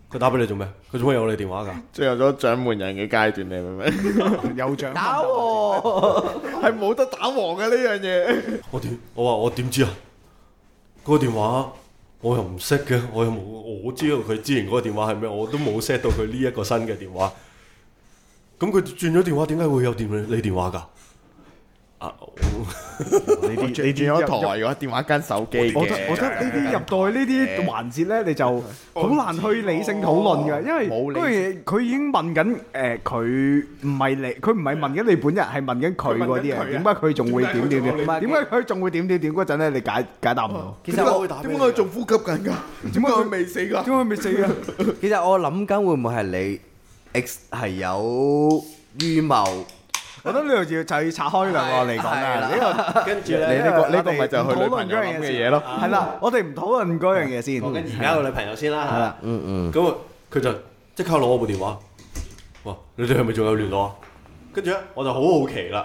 Speaker 2: 佢打俾你做咩？佢做咩有你電話㗎？
Speaker 4: 進入咗掌門人嘅階段，你明唔明？
Speaker 5: 有獎
Speaker 1: 打喎！
Speaker 4: 係冇得打王嘅呢樣嘢。
Speaker 2: 我點我話我點知啊？嗰、個電話我又唔識嘅，我又冇我知道佢之前嗰個電話係咩，我都冇 set 到佢呢一個新嘅電話。咁佢轉咗電話，點解會有電你電話㗎？啊，
Speaker 4: 呢啲你
Speaker 3: 入
Speaker 4: 轉咗台喎，電話間手機嘅
Speaker 5: 我覺得我覺得呢啲入到去呢啲環節咧，你就好難去理性討論嘅，因為
Speaker 4: 冇理
Speaker 5: 因為佢已經問緊誒，佢唔係你，佢唔係問緊你本人，係問緊佢嗰啲嘢，點解佢仲會點點點？點解佢仲會點點點嗰陣咧，你解解 答唔到？
Speaker 1: 其實我
Speaker 4: 點解佢仲呼吸緊㗎？點解佢未死㗎？
Speaker 5: 點解未死啊？
Speaker 1: 其實我諗緊會唔會係你 X 係有預謀？
Speaker 5: 我覺得呢度要就要拆開兩個嚟講
Speaker 1: 係
Speaker 5: 啦
Speaker 1: 啦。
Speaker 5: 呢個
Speaker 2: 跟住
Speaker 4: 你
Speaker 2: 咧，
Speaker 4: 呢個
Speaker 5: 因為
Speaker 4: 呢個咪就係
Speaker 5: 我哋
Speaker 4: 佢
Speaker 5: 唔討論
Speaker 4: 女朋友
Speaker 5: 嗰樣
Speaker 4: 諗
Speaker 5: 嘢
Speaker 4: 嘅
Speaker 5: 先
Speaker 4: 嘢咯。
Speaker 5: 係啦，我哋唔討論嗰樣嘢先。
Speaker 2: 講緊而家個女朋友先啦，係
Speaker 5: 係啦
Speaker 2: 啦，
Speaker 1: Ừ,
Speaker 2: 嗯嗯，咁佢就即刻攞我部電話，哇！你哋係咪仲有聯絡啊？跟住咧，我就好好奇啦。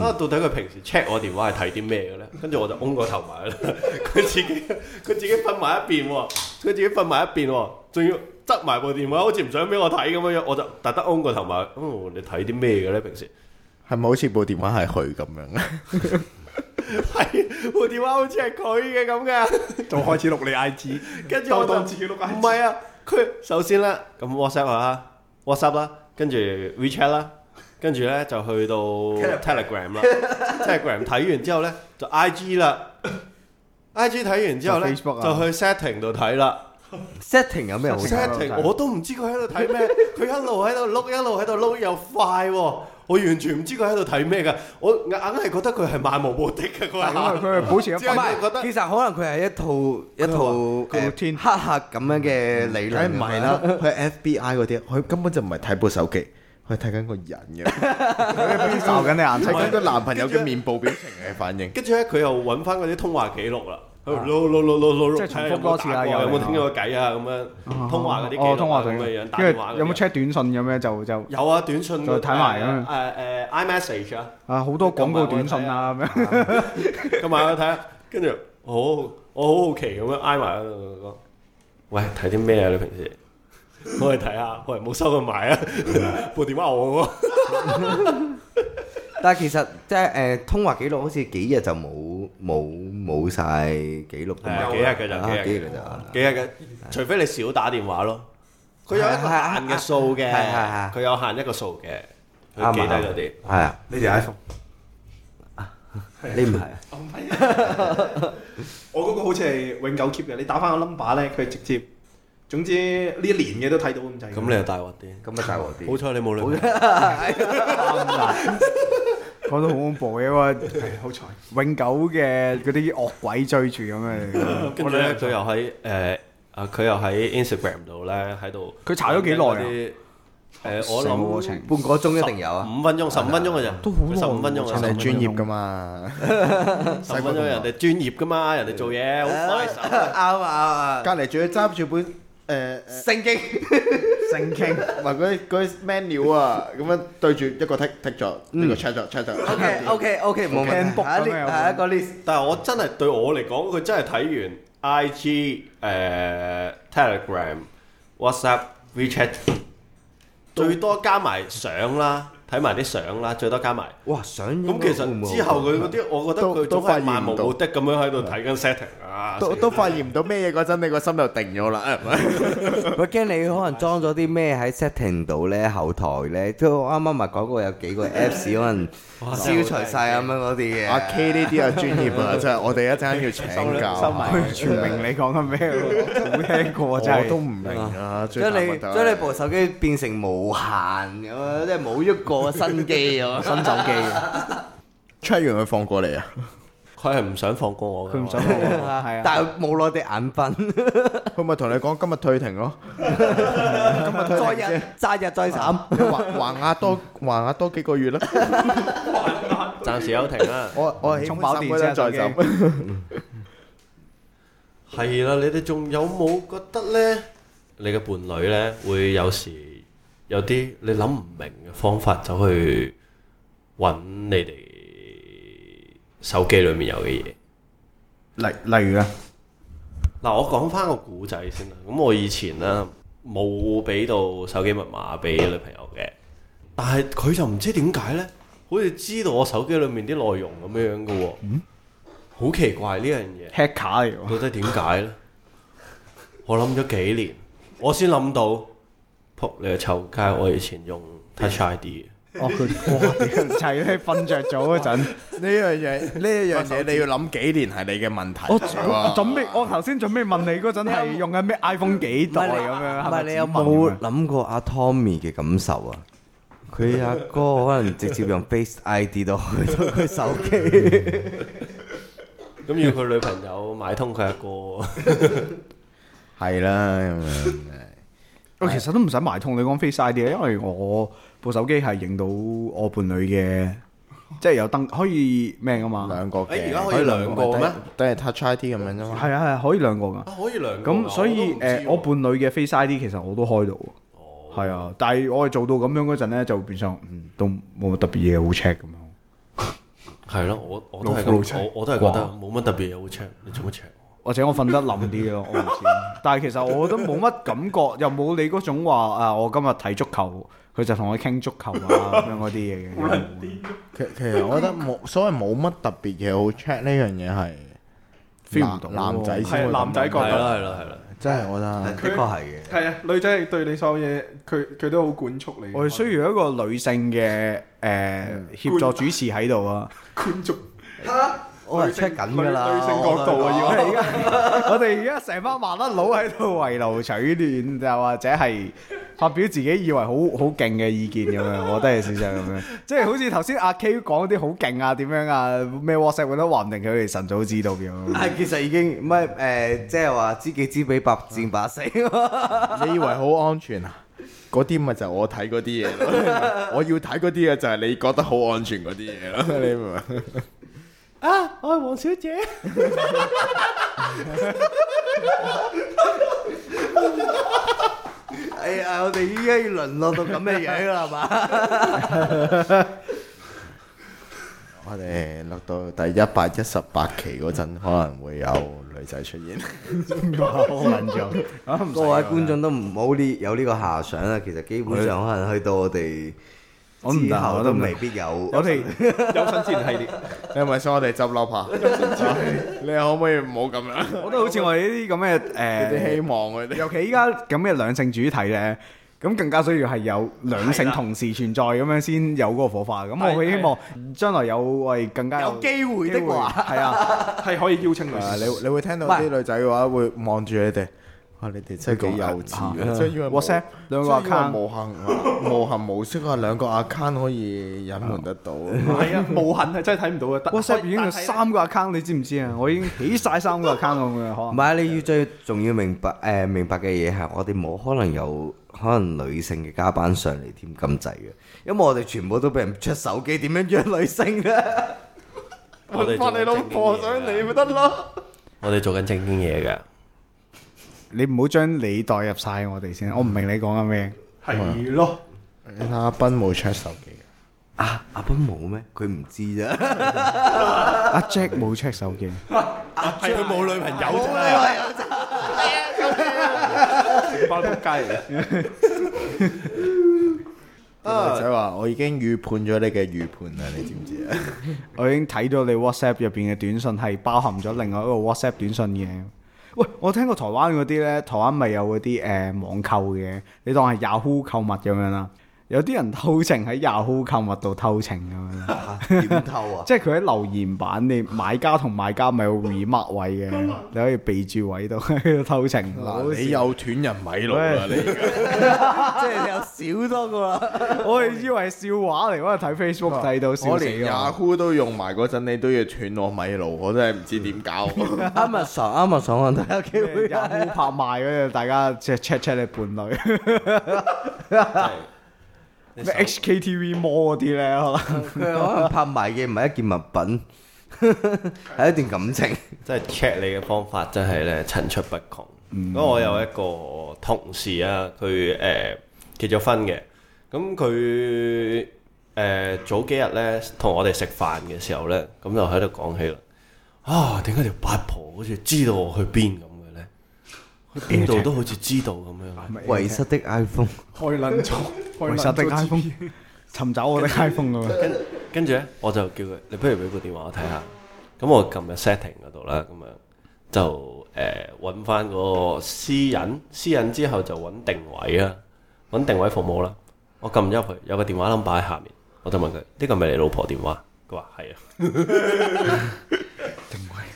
Speaker 2: 啊！到底佢平時 check 我電話係睇啲咩嘅咧？跟住我就嗡個頭埋啦。 佢自己佢自己瞓埋一邊喎，佢自己瞓埋一邊喎，仲要執埋部電話，好似唔想俾我睇咁樣樣。我就特登嗡個頭埋。哦，你睇啲咩嘅咧？平時
Speaker 4: 係咪好似部電話係佢咁樣咧？
Speaker 2: 係部電話好似係佢嘅咁嘅。
Speaker 3: 就開始錄你 I G，
Speaker 2: 跟住我就
Speaker 3: 當自己碌
Speaker 2: 唔係啊，佢首先咧咁 WhatsApp 啦，WhatsApp 啦，跟住 WeChat 啦，跟住咧就去到 Telegram 啦，Telegram 睇完之後咧就 IG 啦，IG 睇完之後咧
Speaker 5: 就 Facebook 啊
Speaker 2: 就去 setting 度睇啦。
Speaker 1: setting 有咩好
Speaker 5: Setting
Speaker 1: 睇？
Speaker 2: setting 我都唔知佢喺度睇咩，佢一路喺度碌，一路喺度碌又快喎、我完全唔知佢喺度睇咩㗎，我硬係覺得佢係漫無目的嘅
Speaker 5: 係
Speaker 2: 嗰下
Speaker 5: 咁啊，佢係保持一
Speaker 2: 即係
Speaker 5: 份
Speaker 2: 覺得
Speaker 1: 其實可能佢係一套一套
Speaker 5: 佢
Speaker 1: 誒
Speaker 5: 天
Speaker 1: 黑客咁樣嘅理論，
Speaker 4: 梗唔係啦，佢 FBI 嗰啲，佢根本就唔係睇部手機，佢睇緊個人嘅，
Speaker 5: 受緊你眼
Speaker 4: 睇
Speaker 5: 睛。
Speaker 4: 緊個男朋友嘅面部表情嘅反應。
Speaker 2: 跟住咧，佢又揾翻嗰啲通話記錄啦，喺度碌碌碌碌碌，
Speaker 5: 啊即係重複多次啊
Speaker 2: 睇下有
Speaker 5: 又
Speaker 2: 冇打過有冇傾過偈啊？咁樣通話嗰啲記
Speaker 5: 哦，
Speaker 2: 錄
Speaker 5: 通
Speaker 2: 啊
Speaker 5: 話
Speaker 2: 咁
Speaker 5: 同
Speaker 2: 嘅樣，打
Speaker 5: 因為
Speaker 2: 電話嗰啲
Speaker 5: 有冇 check 短信咁樣就就
Speaker 2: 有啊，短信
Speaker 5: 再睇埋咁樣
Speaker 2: 誒誒 iMessage 啊，
Speaker 5: 啊好多廣告短信啊咁樣。
Speaker 2: 咁埋我睇下，跟住好，我好好奇咁樣挨埋喺度講，喂，睇啲咩啊？你平時？我嚟睇下，喂，冇收佢埋啊！ 部電話我喎，
Speaker 1: 但係其實即係誒通話記錄好似幾日就冇冇冇曬記錄㗎
Speaker 2: 係啊
Speaker 1: 嘛，
Speaker 2: 幾日嘅就
Speaker 1: 啊
Speaker 2: 幾
Speaker 1: 幾
Speaker 2: 日
Speaker 1: 日
Speaker 2: 嘅
Speaker 1: 嘅咋。
Speaker 2: 幾日嘅，除非你少打電話咯。佢有一個
Speaker 1: 係係
Speaker 2: 限嘅數嘅
Speaker 1: 係係係，
Speaker 2: 佢有限一個數嘅，
Speaker 1: 啱啊
Speaker 2: 佢記低嗰啲。
Speaker 1: 係啊，
Speaker 3: 你哋 iPhone，
Speaker 1: 你唔係啊
Speaker 3: 我嗰個好似係永久 keep 嘅，你打翻個 number 咧，佢直接，總之呢一年嘅都睇到咁滯。
Speaker 2: 咁你又大鑊啲。
Speaker 1: 咁啊大鑊
Speaker 2: 好
Speaker 1: 啲。
Speaker 2: 彩你冇女朋友。
Speaker 5: 講到好恐怖嘅喎，
Speaker 3: 係好彩。
Speaker 5: 永久嘅嗰啲惡鬼追住咁樣。
Speaker 2: 跟住咧，佢又喺誒啊，佢又喺 Instagram 度咧喺度。
Speaker 5: 佢查咗幾耐啊
Speaker 2: 啊？誒，我
Speaker 5: 成個過
Speaker 2: 諗
Speaker 5: 程
Speaker 1: 半個鐘一定有 啊！
Speaker 2: 五分鐘、十五分鐘嘅啫，
Speaker 5: 都好耐喎
Speaker 2: 十五分鐘
Speaker 4: 我
Speaker 2: 啊，
Speaker 4: 哋
Speaker 5: 真
Speaker 4: 係專業噶 嘛，
Speaker 2: 十五分鐘人哋專業噶嘛，人哋做嘢好快手啊。
Speaker 1: 啱啊！
Speaker 4: 隔離仲要揸住本誒誒
Speaker 1: 聖經
Speaker 5: 聖經
Speaker 4: 唔係嗰啲嗰啲 menu 啊，咁樣對住一個剔剔咗，呢個 check 咗 check 咗。
Speaker 1: ，OK OK OK，冇問
Speaker 5: Plan
Speaker 1: 題。
Speaker 5: book
Speaker 1: 下一
Speaker 5: 咁樣有冇
Speaker 1: 下一個 list，
Speaker 2: 但係我真係對我嚟講，佢真係睇完 IG、誒 Telegram、WhatsApp、WeChat，最多加埋相啦，睇埋啲相啦，最多加埋。
Speaker 1: 哇想
Speaker 2: 咁其實之後佢嗰啲，我覺得
Speaker 4: 都
Speaker 2: 佢
Speaker 4: 都
Speaker 2: 總
Speaker 4: 發
Speaker 2: 係
Speaker 4: 現唔到
Speaker 2: 漫無目的咁樣喺度睇緊 setting 啊，
Speaker 4: 都都發現唔到咩嘢嗰陣，你個心就定咗啦，係咪？
Speaker 1: 我驚你可能裝咗啲咩喺 setting 度咧，後台咧，都啱啱咪講過有幾個 apps 可能消除晒咁樣嗰啲
Speaker 4: 阿
Speaker 1: 嘅。
Speaker 4: K 呢啲啊專業啊，真係我哋一陣要請教下。
Speaker 5: 佢全明你講緊咩喎？冇聽過真
Speaker 4: 我都唔
Speaker 5: 係。
Speaker 4: 明啊，最大
Speaker 1: 將你
Speaker 4: 問題
Speaker 1: 將你部手機變成無限咁樣，即係冇喐過新機咁樣。新手機，
Speaker 4: check 完佢放過嚟啊，
Speaker 2: 佢係唔想放過我嘅。
Speaker 5: 佢唔想
Speaker 2: 我
Speaker 5: 我係啊，
Speaker 1: 但係冇耐地眼瞓，
Speaker 4: 佢咪同你講今日退庭 咯，
Speaker 1: 再日再日再慘。
Speaker 4: 橫橫壓多橫壓多幾個月啦。
Speaker 2: 暫時休停啦。
Speaker 4: 我 我係喜
Speaker 5: 充
Speaker 4: 歡
Speaker 5: 飽
Speaker 4: 三
Speaker 5: 電
Speaker 4: 個
Speaker 5: 先
Speaker 4: 人
Speaker 5: 啊
Speaker 4: 再
Speaker 5: 手機
Speaker 4: 走。
Speaker 2: 係啦，你哋仲有冇覺得呢？你嘅伴侶呢，會有時有啲你諗唔明嘅方法走去揾你哋手機裡面有嘅嘢。
Speaker 5: 例例如啊，
Speaker 2: 嗱，我講翻個古仔先啦。咁我以前咧冇俾到手機密碼俾女朋友嘅，但係佢就唔知點解呢，好似知道我手機裡面啲內容咁樣樣嘅喎。好奇怪呢樣嘢。
Speaker 5: 吃卡嚟喎。
Speaker 2: 到底點解呢？我諗咗幾年，我先諗到，仆你個臭街！我以前用 Touch ID 嘅
Speaker 5: 哦，佢哇，屌就係咧瞓着咗嗰陣，
Speaker 4: 呢樣嘢，呢一樣 嘢你要諗幾年係你嘅問題啊
Speaker 5: 我
Speaker 4: 嚟喎。
Speaker 5: 準備，我頭先準備問你嗰陣係用緊咩 iPhone 幾代咁樣，係咪
Speaker 1: 你
Speaker 5: 指
Speaker 1: 有
Speaker 5: 紋咁
Speaker 1: 冇
Speaker 5: 樣？
Speaker 1: 諗過阿 Tommy 嘅感受啊？佢阿哥可能直接用 Face ID 都去到佢手機，
Speaker 2: 咁要佢女朋友買通佢阿哥，
Speaker 4: 係啦，咁樣。
Speaker 5: 我哦其實都唔使埋通你講 Face ID 因為我部手機係影到我伴侶嘅，即係有燈可以咩噶嘛？
Speaker 4: 兩個嘅，
Speaker 2: 誒而家可以兩個咩
Speaker 4: 都係 touch ID 咁樣啫嘛。
Speaker 5: 係啊係啊，可以兩個噶。
Speaker 2: 可以兩
Speaker 5: 咁所以誒，我伴侶嘅 Face ID 其實我都開到喎。係啊，但係我係做到咁樣嗰陣咧，就變相嗯都冇乜特別嘢好 check 咁樣。
Speaker 2: 係咯，我我都係
Speaker 5: 老夫老
Speaker 2: 咁
Speaker 5: 妻
Speaker 2: 我我都係覺得冇乜特別嘢好 check，你做乜 check？
Speaker 5: 或者我瞓得冧啲咯，我唔知。 但係其實我都冇乜感覺，又冇你嗰種話啊！我今日睇足球，佢就同我傾足球啊咁樣嗰啲嘢 嘅。
Speaker 4: 其其實我覺得冇所謂冇乜特別嘢好 check 呢樣嘢係
Speaker 5: feel 唔到
Speaker 4: 男男仔先
Speaker 3: 係
Speaker 4: 會
Speaker 3: 男仔
Speaker 4: 咁
Speaker 3: 覺
Speaker 2: 係
Speaker 3: 得
Speaker 2: 啦係啦係啦，
Speaker 4: 真係我覺得
Speaker 1: 的確係嘅。
Speaker 3: 係啊，女仔係對你所有嘢，佢佢都好管束你。
Speaker 5: 我哋需要一個女性嘅誒協助主持喺度啊！
Speaker 3: 管束，
Speaker 1: 我係
Speaker 3: 女性
Speaker 1: check 緊㗎啦，
Speaker 3: 女女性角度啊
Speaker 5: 我
Speaker 3: 要
Speaker 5: 哋而家 我哋而家成班麻甩佬喺度圍爐取暖，就或者係發表自己以為好好勁嘅意見咁樣，我覺得有少少咁樣，即係好似頭先阿 K 講啲好勁啊，點樣啊，咩 WhatsApp 嗰啲話唔定佢哋晨早知道咁樣。
Speaker 1: 但係其實已經唔係誒，即係話知己知彼，百戰百勝。
Speaker 4: 你以為好安全啊？嗰啲咪就係我睇嗰啲 嘢咯，我要睇嗰啲嘢就係你覺得好安全嗰啲嘢 咯，你明唔明？
Speaker 5: 啊，我係黃小姐。
Speaker 1: 哎呀，我哋依家要淪落到咁嘅樣啦，係嘛？
Speaker 4: 我哋落到第一百一十八期嗰陣，可能會有女仔出現。
Speaker 5: 好緊張，啊唔使
Speaker 1: 各位觀眾都唔好呢有呢個遐想啦。其實基本上可能去到我哋
Speaker 5: 我唔
Speaker 1: 之
Speaker 5: 得
Speaker 1: 後
Speaker 5: 我
Speaker 1: 都
Speaker 5: 都唔得
Speaker 1: 未必有。
Speaker 5: 我哋
Speaker 3: 有生之年系列。
Speaker 4: 你係咪想我哋執笠啊？你可唔可以唔好咁樣？
Speaker 5: 我都好似我哋呢啲咁嘅
Speaker 4: 有啲
Speaker 5: 誒
Speaker 4: 希，望佢哋。
Speaker 5: 尤其依家咁嘅兩性主題咧，咁更加需要係有兩性同時存在咁樣先有嗰個火花。咁我希望將來有為更加
Speaker 1: 有機會的話
Speaker 5: 係 啊，
Speaker 3: 係可以邀請女
Speaker 4: 啊！
Speaker 3: 士。
Speaker 4: 你你會聽到啲女仔嘅話，會望住你哋。哇！你哋真係幾幼稚啊！真係以為冇
Speaker 5: WhatsApp 兩個
Speaker 4: 真係以為
Speaker 5: account
Speaker 4: 無行啊 無行無息啊，兩個 account 可以隱瞞得到。
Speaker 3: 係啊，無痕係真係睇唔到嘅。得
Speaker 5: WhatsApp 已經有三個 account，你知唔知啊？我已經起晒三個 account 咁嘅，可
Speaker 1: 唔
Speaker 5: 能
Speaker 1: 係，你要最重要明白誒、明白嘅嘢係，我哋冇可能有可能女性嘅加班上嚟添咁滯嘅，因為我哋全部都俾人出手機，點樣約女性咧？
Speaker 2: 我哋
Speaker 4: 翻你老婆想你咪得咯。
Speaker 2: 我哋做緊正經嘢嘅，
Speaker 5: 你唔好將你代入晒我哋先，我唔明你講緊咩。
Speaker 3: 係咯，
Speaker 4: 你睇下阿斌冇 check 手機嘅，
Speaker 1: 啊，阿斌冇咩？佢唔知啫。
Speaker 5: 阿 Jack 冇 check 手機。
Speaker 2: 係佢冇女朋友啫。
Speaker 3: 成班仆街嚟。
Speaker 4: 啲女仔話：我已經預判咗你嘅預判啦，你知唔 知啊？
Speaker 5: 我已經睇到你 WhatsApp 入邊嘅短信係包含咗另外一個 WhatsApp 短信嘅。喂，我聽過台灣嗰啲咧，台灣咪有嗰啲誒網購嘅，你當係 Yahoo 購物咁樣啦。有啲人偷情喺 Yahoo 購物度偷情咁樣 啦，
Speaker 1: 點偷啊？
Speaker 5: 即係佢喺留言板，你買家同賣家咪有 remark 位嘅，你可以備注位度 喺度偷情。
Speaker 4: 嗱，你又斷人米路啦，你
Speaker 1: 即係有少多個啦。
Speaker 5: 我哋以為笑話嚟，我睇 Facebook 睇到笑
Speaker 4: 我
Speaker 5: 死
Speaker 4: 連
Speaker 5: 我。
Speaker 4: Yahoo 都用埋嗰陣，你都要斷我米路，我真係唔知點 搞。
Speaker 1: Amazon，Amazon 我睇有機會。
Speaker 5: Yahoo 拍賣嗰啲，大家即係 check check 你伴侶。咩 HKTV 魔嗰啲咧， 可能
Speaker 1: 佢可能拍賣嘅唔係一件物品， 係一段感情。
Speaker 2: 即係 check 你嘅方法真係咧層出不窮。咁、我有一個同事啊，佢誒、呃結咗婚嘅，咁佢誒早幾日咧同我哋食飯嘅時候咧，咁就喺度講起啦。啊，點解條八婆好似知道我去邊咁嘅咧？去邊度都好似知道咁樣。
Speaker 1: 遺失的 iPhone，
Speaker 3: 開撚咗，開
Speaker 5: 維實
Speaker 3: 撚
Speaker 5: 的
Speaker 3: 咗
Speaker 5: iPhone，尋找我的 iPhone 咁樣。
Speaker 2: 跟跟住咧，我就叫佢，你不如俾部電話我睇下。咁我撳入 setting 嗰度啦，咁樣就誒揾翻嗰個私隱，私隱之後就揾定位啊，揾定位服務啦。我撳入去，有個電話 number 喺下面，我就問佢：呢個係咪你老婆電話？佢話係啊。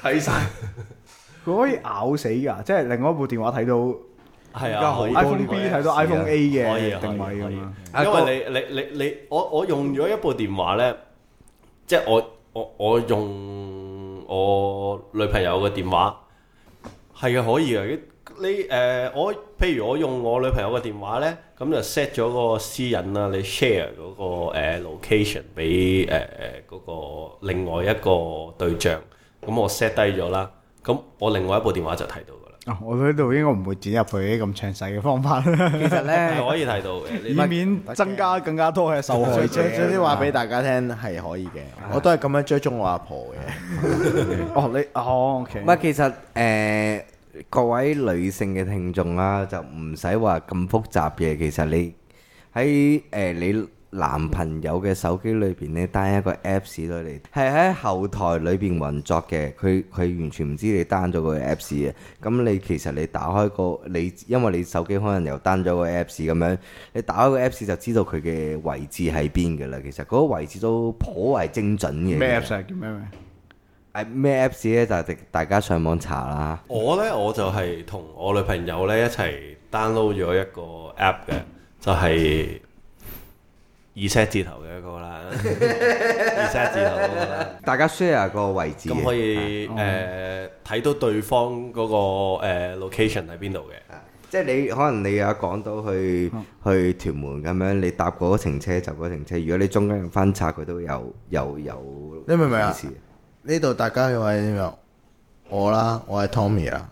Speaker 5: 睇晒，佢可以咬死㗎，即係另外一部電話睇到
Speaker 2: 係
Speaker 1: 而家
Speaker 2: 啊
Speaker 1: 可以
Speaker 5: iPhone B 睇到 iPhone A
Speaker 2: 可以
Speaker 5: 嘅
Speaker 2: 啊可以
Speaker 5: 定位
Speaker 2: 可
Speaker 5: 咁
Speaker 2: 以
Speaker 5: 樣。
Speaker 1: 啊
Speaker 2: 因為你你你你，我我用咗一部電話咧，即係我我我用我女朋友嘅電話，係嘅可以嘅。你誒、呃我譬如我用我女朋友嘅電話咧，咁就 set 咗個私隱啦，你 share 嗰、個、呃、location 俾誒誒嗰個另外一個對象，咁我 set 低咗啦，咁我另外一部電話就睇到噶啦，
Speaker 5: 啊！我呢度應該唔會剪入去啲咁詳細嘅方法啦，
Speaker 1: 其實
Speaker 2: 係
Speaker 1: 咧，
Speaker 2: 可以睇到嘅。
Speaker 5: 以
Speaker 2: 你
Speaker 5: 免增加更加多嘅受害者。
Speaker 4: 將啲話俾大家聽係可以嘅，我都係咁樣追蹤我阿婆嘅。
Speaker 5: 哦，你哦，OK，Ờ,
Speaker 1: 唔係其實誒、呃各位女性嘅聽眾啦，就唔使話咁複雜嘅。其實你喺誒、呃你男朋友嘅手機裏邊咧 down 一個 Apps 落嚟，係喺後台裏邊運作嘅。佢佢完全唔知你 down 咗個 Apps 嘅。咁你其實你打開個你，因為你手機可能又 down 咗個 Apps 咁樣，你打開個 Apps 就知道佢嘅位置喺邊㗎啦。其實嗰個位置都頗為精準嘅。
Speaker 5: 咩啊 app 叫咩名？
Speaker 1: 係咩 Apps 咧？就係大家上網查啦。
Speaker 2: 我呢，我就係同我女朋友呢一齊 download 咗一個 app 嘅，就係二 set 字頭嘅一個 啦，二 set 字頭嗰個啦。
Speaker 1: 大家 share 個位置嘅，
Speaker 2: 咁可以誒睇、到對方嗰、個、呃 location 喺邊度嘅，
Speaker 1: 啊即係你可能你有講到去、去屯門咁樣，你搭嗰程車就嗰程車。如果你中間有分拆，佢都有有有。
Speaker 4: 你明唔明啊
Speaker 1: 意思
Speaker 4: 呢度大家嘅位點樣？我啦，我係 Tommy 啦，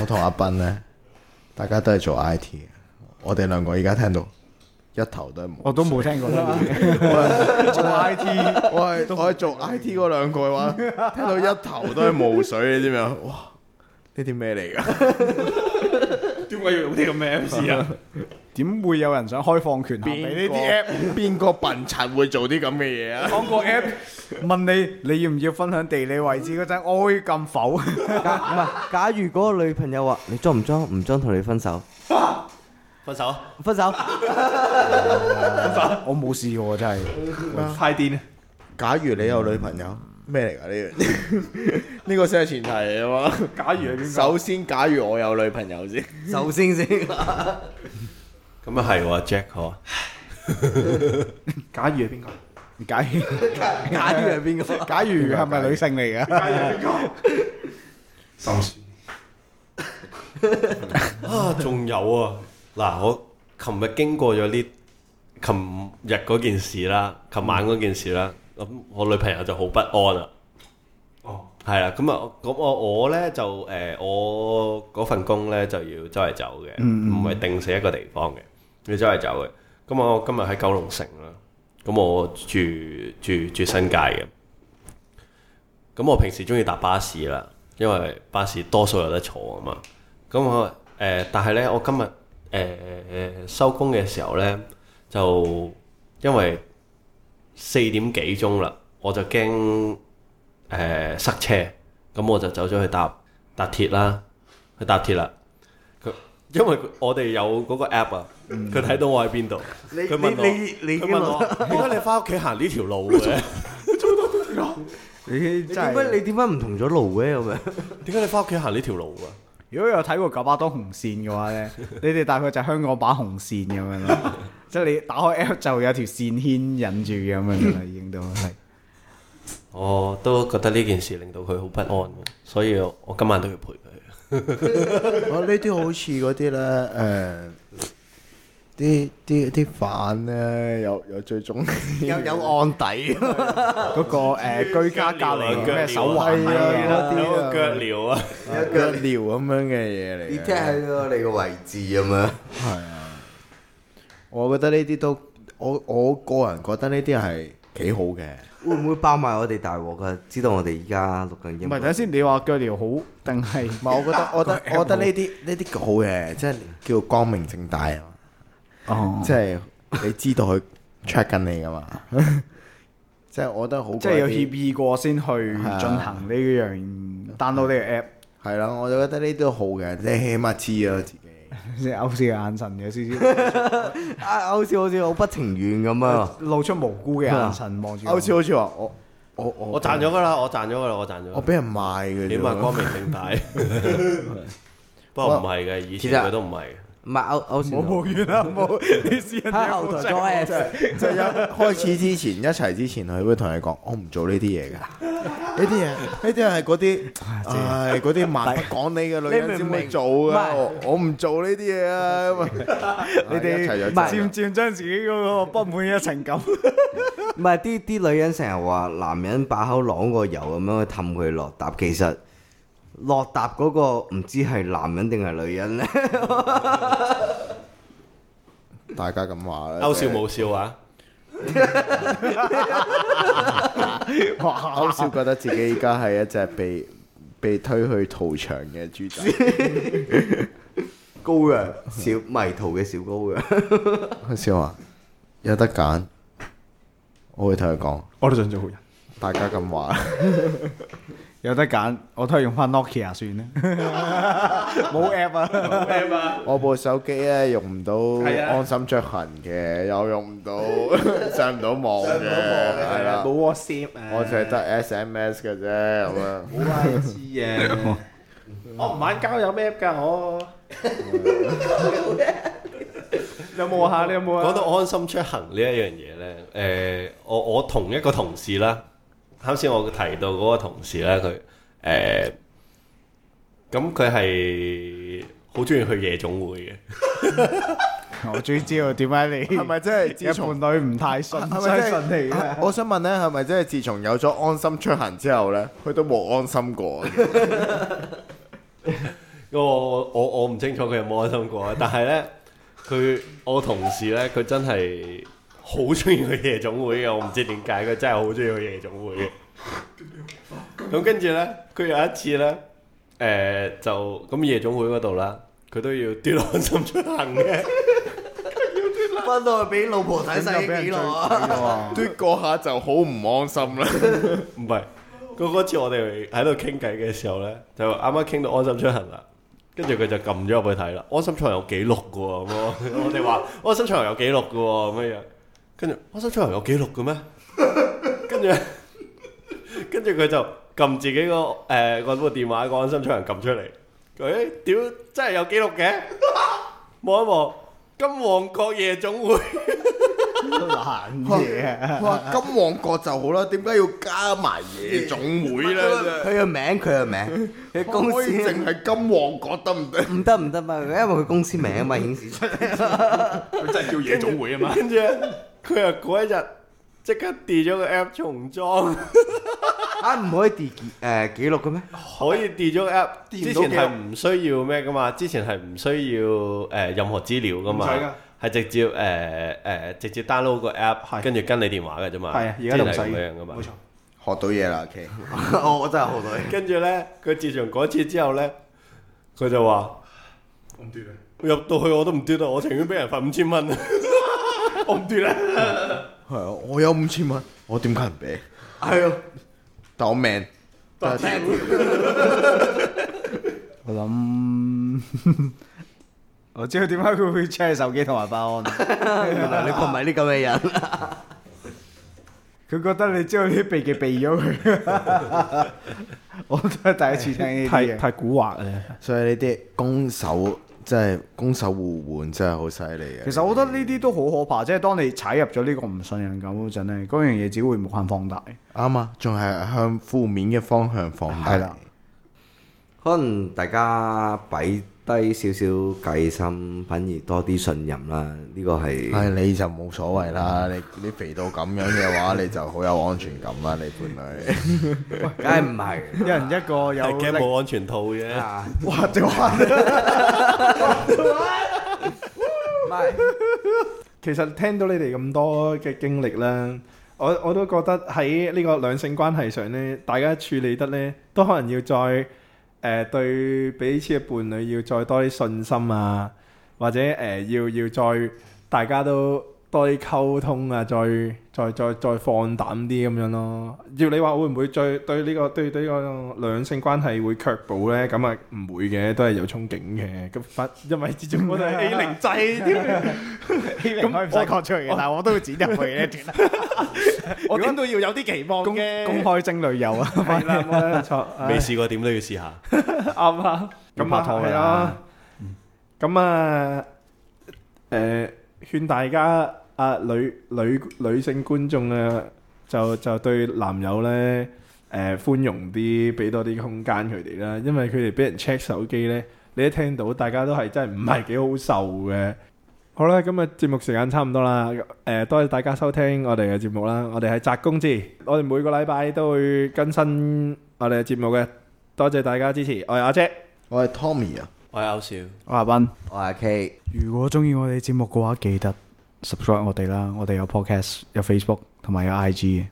Speaker 4: 我同阿斌咧， 大家都係做 I T 嘅。我哋兩個而家聽到一頭都係冇。
Speaker 5: 我都冇聽過呢啲嘢。Ờ,
Speaker 4: 做 I T，我係我係做 I T 嗰兩個嘅話，聽到一頭都係霧水，你知唔知啊？哇！呢啲咩嚟㗎？
Speaker 2: 點解要用呢個咩 apps 啊？
Speaker 5: 點會有人想開放權限俾呢啲
Speaker 4: app 邊個笨柒會做啲咁嘅嘢啊？
Speaker 5: app？講個 app 問你你要唔要分享地理位置嗰陣，我會撳否。
Speaker 1: 假唔係，假如嗰個女朋友話你裝唔裝？唔裝同你分手，
Speaker 2: 分手，啊
Speaker 1: 分手。
Speaker 5: 我冇試過真係。
Speaker 3: 太癲啦！
Speaker 4: 假如你有女朋友，咩嚟㗎呢樣？ 呢個先係前提嚟啊嘛。
Speaker 3: 假如係邊個？
Speaker 4: 首先，假如我有女朋友先，
Speaker 1: 首先先，
Speaker 2: 咁啊係喎，Jack 嗬，
Speaker 3: 假如係邊個？
Speaker 5: 假如
Speaker 1: 假如係邊個？
Speaker 5: 假如係咪女性嚟㗎？
Speaker 3: 心酸。
Speaker 2: 啊仲有啊，嗱我琴日經過咗呢，琴日嗰件事啦，琴晚嗰件事啦，咁我女朋友就好不安啦。
Speaker 3: 哦，
Speaker 2: 係啦，咁啊，咁我我咧就誒、呃我嗰份工咧就要周圍走嘅，唔係、定死一個地方嘅，要周圍走嘅。咁我今日喺九龍城啦，咁我住住住新界嘅。咁我平時中意搭巴士啦，因為巴士多數有得坐啊嘛。咁我誒、呃但係咧，我今日誒收工嘅時候咧，就因為四點幾鐘啦，我就驚。誒、塞車，咁我就走咗去搭搭鐵啦，去搭鐵啦。佢因為佢我哋有嗰個 app 啊，佢睇到我喺邊度，佢問我，
Speaker 1: 嗯你
Speaker 2: 佢問我點解你翻屋企行呢條 路嘅？
Speaker 5: 你
Speaker 1: 你點
Speaker 5: 真
Speaker 1: 解
Speaker 5: 係
Speaker 1: 你點解唔同咗路嘅咁樣？
Speaker 2: 點解你翻屋企行呢條路啊？
Speaker 5: 如果有睇過九把刀紅線嘅話咧，你哋大概就係香港把紅線咁樣啦。即係你打開 app 就有條線牽引住咁樣啦，已經都係。
Speaker 2: 我哦都覺得呢件事令到佢好不安，所以我我今晚都要陪佢。
Speaker 4: 我哦呢啲好似嗰啲咧，誒、啲啲啲犯咧，有有最終 有有案底，
Speaker 5: 嗰個誒居家隔離嘅咩手
Speaker 4: 環
Speaker 5: 環
Speaker 4: 係啊
Speaker 2: 有個腳鐐啊！
Speaker 4: 有腳鐐咁樣嘅嘢嚟
Speaker 1: 你
Speaker 4: 嘅。
Speaker 1: 聽喺咗你個位置咁樣。
Speaker 4: 我覺得呢啲都，我我個人覺得呢啲係幾好嘅。
Speaker 1: 會唔會包埋我哋大鑊噶？知道我哋而家錄緊音。
Speaker 5: 唔係，等下先，你話腳鐐好定係
Speaker 4: 唔係，我覺 得我覺得我覺得呢啲呢啲好嘅，即係叫光明正大啊嘛。
Speaker 5: 哦？
Speaker 4: 即係你知道佢 check 緊你噶嘛？ 即係我覺得好過
Speaker 5: 即係有
Speaker 4: 一啲
Speaker 5: 協議過先去進行呢樣 download 呢個 app。
Speaker 4: 係啦，我就覺得呢啲都好嘅，你起碼知咗自己。
Speaker 5: 即係歐視嘅眼神有少
Speaker 1: 啊，好似好似好不情願咁啊
Speaker 5: 少，露出無辜嘅眼神望住我。
Speaker 4: 好似好似話我我我
Speaker 2: 我賺咗㗎啦，我賺咗㗎啦，我賺咗。
Speaker 4: 我俾啊人賣嘅啫，
Speaker 2: 起碼光明正大。不過唔係嘅，以前佢都唔係嘅。
Speaker 1: 唔係歐歐視
Speaker 5: 抱怨啦，冇你私人
Speaker 1: 喺後台裝 S，
Speaker 4: 即係一開始之前一齊之前，佢會同你講：我唔做呢啲嘢噶，呢啲嘢呢啲係嗰啲唉嗰啲蠻不講理嘅女人先會做噶，我我唔做呢啲嘢啊！
Speaker 5: 你哋
Speaker 1: 唔係
Speaker 5: 漸漸將自己嗰個不滿一情感，
Speaker 1: 唔係啲啲女人成日話男人把口啷個油咁樣去氹佢落搭，其實落搭嗰個唔知係男人定係女人咧，
Speaker 4: 大家咁話啦，
Speaker 2: 歐少冇笑啊！
Speaker 4: 歐少覺得自己而家係一隻被被推去屠場嘅 豬仔，
Speaker 1: 高嘅小迷途嘅小高嘅，
Speaker 4: 歐少話有得揀，我會同佢講，
Speaker 3: 我都想做好人。
Speaker 4: 大家咁話。
Speaker 5: 有得揀，我都係用翻 Nokia 算啦， 冇 app 啊。
Speaker 4: 我部手機咧用唔到
Speaker 2: 係啊
Speaker 4: 安心出行嘅，又用唔 到上唔到網嘅，係啦，
Speaker 3: 冇 WhatsApp 啊，
Speaker 4: 我就係得 SMS 嘅啫咁樣。
Speaker 3: 知啊。我唔玩交友咩㗎我。有冇啊？你有冇啊？
Speaker 2: 講到安心出行呢一樣嘢呢，誒、我我同一個同事啦，啱先我提到嗰個同事啦，佢誒，咁佢係好中意去夜總會嘅，
Speaker 5: 我終於知道點解你
Speaker 4: 係咪真係自從
Speaker 5: 嘅伴侶唔太信
Speaker 4: 係
Speaker 5: 相
Speaker 4: 咪真係
Speaker 5: 信你 嘅？
Speaker 4: 我想問咧，係咪真係自從有咗安心出行之後咧，佢都冇安心 過？
Speaker 2: 因為我我我唔清楚佢有冇安心過啊，但係呢，佢我同事呢，佢真係好中意去夜總會嘅，我唔知點解佢真係好中意去夜總會嘅。咁跟住呢，佢有一次呢，誒、就咁夜總會嗰度啦，佢都要奪安心出行嘅。
Speaker 1: 翻到去俾老婆睇晒幾耐啊！
Speaker 4: 嘟嗰下就好唔安心啦。
Speaker 2: 唔係，嗰嗰次我哋喺度傾偈嘅時候咧，就啱啱傾到安心出行啦，跟住佢就撳咗入去睇啦。安心出行有記錄嘅喎，咁咯 我哋話安心出行有記錄嘅喎，咁樣樣，跟住安心出行有記錄嘅咩？跟住跟住佢就撳自己個誒、呃、個部電話個安心出行撳出嚟，佢誒屌真係有記錄嘅，望一望金旺角夜總會。
Speaker 5: 難嘢啊！
Speaker 4: 哇，金旺角就好啦，點解要加埋夜總會 咧？
Speaker 1: 佢個名佢個名，佢
Speaker 4: 可唔
Speaker 1: 公
Speaker 4: 可以淨
Speaker 1: 司
Speaker 4: 係金旺角得唔得？
Speaker 1: 唔得唔得嘛，因為佢公司名啊嘛顯示出 嚟。
Speaker 4: 佢真係叫 夜總會啊嘛！
Speaker 2: 跟住咧佢又嗰一日即刻 delete 咗個 app 重裝，
Speaker 1: 啊唔可以 delete 誒記錄嘅咩？
Speaker 2: 可以 delete 咗個 app。
Speaker 4: delete 唔
Speaker 2: 之
Speaker 4: 到
Speaker 2: 前係
Speaker 4: 嘅
Speaker 2: 唔需要咩噶嘛？之前係唔需要誒、呃任何資料噶嘛
Speaker 3: 唔使㗎？
Speaker 2: 係直接誒誒、呃直接 download 個 app，
Speaker 3: 係
Speaker 2: 跟住跟你電話嘅啫嘛。
Speaker 3: 係啊而家都唔
Speaker 2: 之
Speaker 3: 使
Speaker 2: 前係咁樣噶嘛
Speaker 3: 冇。錯。
Speaker 4: 學到嘢啦，OK。
Speaker 1: 我我真係好女。
Speaker 2: 跟住咧，佢自從嗰次之後咧，佢就話：
Speaker 3: 我唔斷啦。
Speaker 2: 入到去我都唔嘟啦，我情願俾人罰五千蚊。 我唔嘟啦。
Speaker 4: 係啊，我有五千蚊，我點解唔俾？
Speaker 1: 係啊，
Speaker 4: 但我命。但係
Speaker 5: 我諗 我知道點解佢會 check 手機同埋保安，
Speaker 1: 原來你唔係呢咁嘅人。
Speaker 5: 佢覺得你知道啲秘技避咗佢。我都係第一次聽呢啲
Speaker 3: 太
Speaker 5: 嘢。
Speaker 3: 太蠱惑咧。
Speaker 4: 所以呢啲攻守真係攻守互換，真係好犀利嘅。
Speaker 5: 其實我覺得呢啲都好可怕，即係當你踩入咗呢個唔信任感嗰陣咧，嗰樣嘢只會無限放大。
Speaker 4: 啱啊，仲係向負面嘅方向放大。
Speaker 5: 係啦，
Speaker 1: 可能大家擺低少少計心，反而多啲信任啦。呢個係
Speaker 4: 唉，你就冇所謂啦。你你肥到咁樣嘅話，你就好有安全感啦。你伴侶
Speaker 1: 梗係唔係？
Speaker 5: 一人一個有
Speaker 2: 係 g
Speaker 5: 力
Speaker 2: 冇安全套嘅。
Speaker 1: 啊
Speaker 5: 哇！就話
Speaker 1: 唔係
Speaker 3: 其實聽到你哋咁多嘅經歷啦，我我都覺得喺呢個兩性關係上呢，大家處理得呢，都可能要再誒、呃、對彼此嘅伴侶要再多啲信心啊，或者誒、呃要要再大家都多啲溝通啊，再再再再放膽啲咁樣咯。要你話會唔會再對呢、個對對呢個兩性關係會卻步咧？咁啊唔會嘅，都係有憧憬嘅。咁反因為始終我哋係 A 零制添。
Speaker 5: 咁可以唔使講出嚟嘅，但係我都會剪入去嘅一段。
Speaker 3: 我點都要有啲期望
Speaker 5: 公公開徵女友啊！
Speaker 3: 係啦，冇錯，
Speaker 2: 未
Speaker 3: 唉
Speaker 2: 試過點都要試下。
Speaker 3: 啱啊，
Speaker 5: 要
Speaker 3: 咁
Speaker 5: 拍
Speaker 3: 啊
Speaker 5: 拖㗎
Speaker 3: 係啦
Speaker 5: 啦，
Speaker 3: 咁啊，誒勸大家啊女女女性觀眾啊，就就對男友咧誒寬容啲，俾多啲空間佢哋啦，因為佢哋俾人 check 手機咧，你一聽到大家都係真係唔係幾好受嘅。好啦，今日節目時間差唔多啦，誒、多謝大家收聽我哋嘅節目啦，我哋係宅公子，我哋每個禮拜都會更新我哋嘅節目嘅，多謝大家支持，我係阿姐。
Speaker 4: 我係 Tommy 啊。
Speaker 2: 我係歐少。
Speaker 5: 我阿斌，
Speaker 1: 我係 K，
Speaker 5: 如果中意我哋節目嘅話，記得 subscribe 我哋啦，我哋有 podcast、有 Facebook 同埋有 IG 嘅，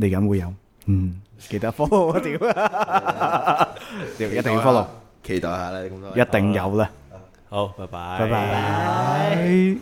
Speaker 5: 嚟緊會有。嗯，記得 follow 我屌，一定要 follow，
Speaker 4: 啊期待下啦，咁多位。
Speaker 5: 一定有啦，
Speaker 2: 好，拜拜。
Speaker 5: 拜拜。